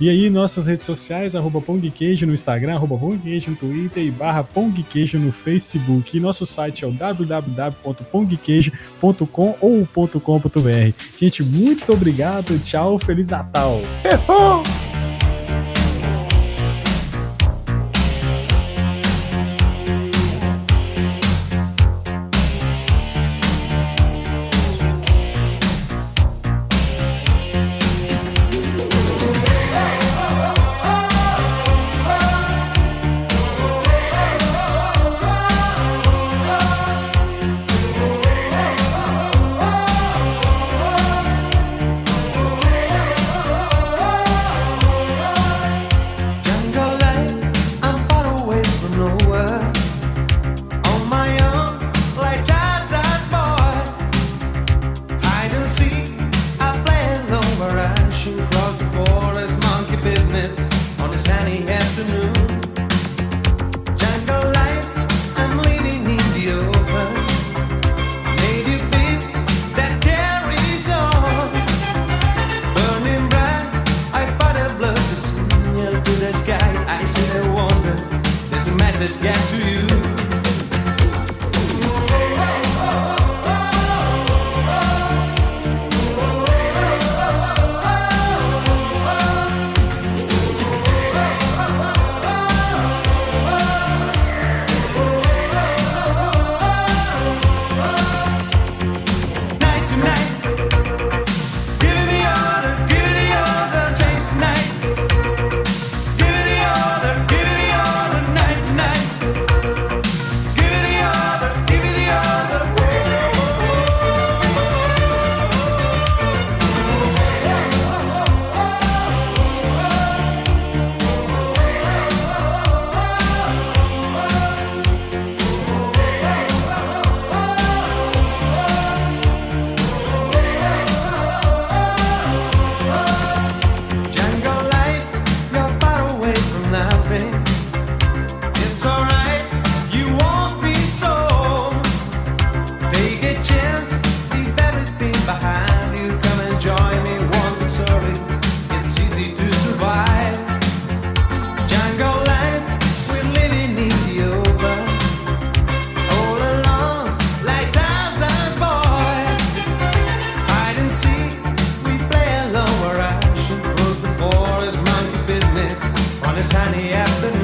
A: E aí nossas redes sociais, arroba pongqueijo no Instagram, arroba pongqueijo no Twitter e barra pongqueijo no Facebook. E nosso site é o www.pongqueijo.com ou .com.br. Gente, muito obrigado, tchau, Feliz Natal!
H: Jungle life, I'm far away from nowhere. On my own, like Tarzan boy. Hide and seek, I play alone where I shoot across the forest. Monkey business on a sunny afternoon. Jungle life, I'm living in the open. Native beat that carries on. Burning bright, I fight a blood to signal to the sky. I said I wonder, there's a message get to you. Night to night. Give it the order, give it the order, change tonight. Give it the order, give it the order, night to night. sunny afternoon. Oh,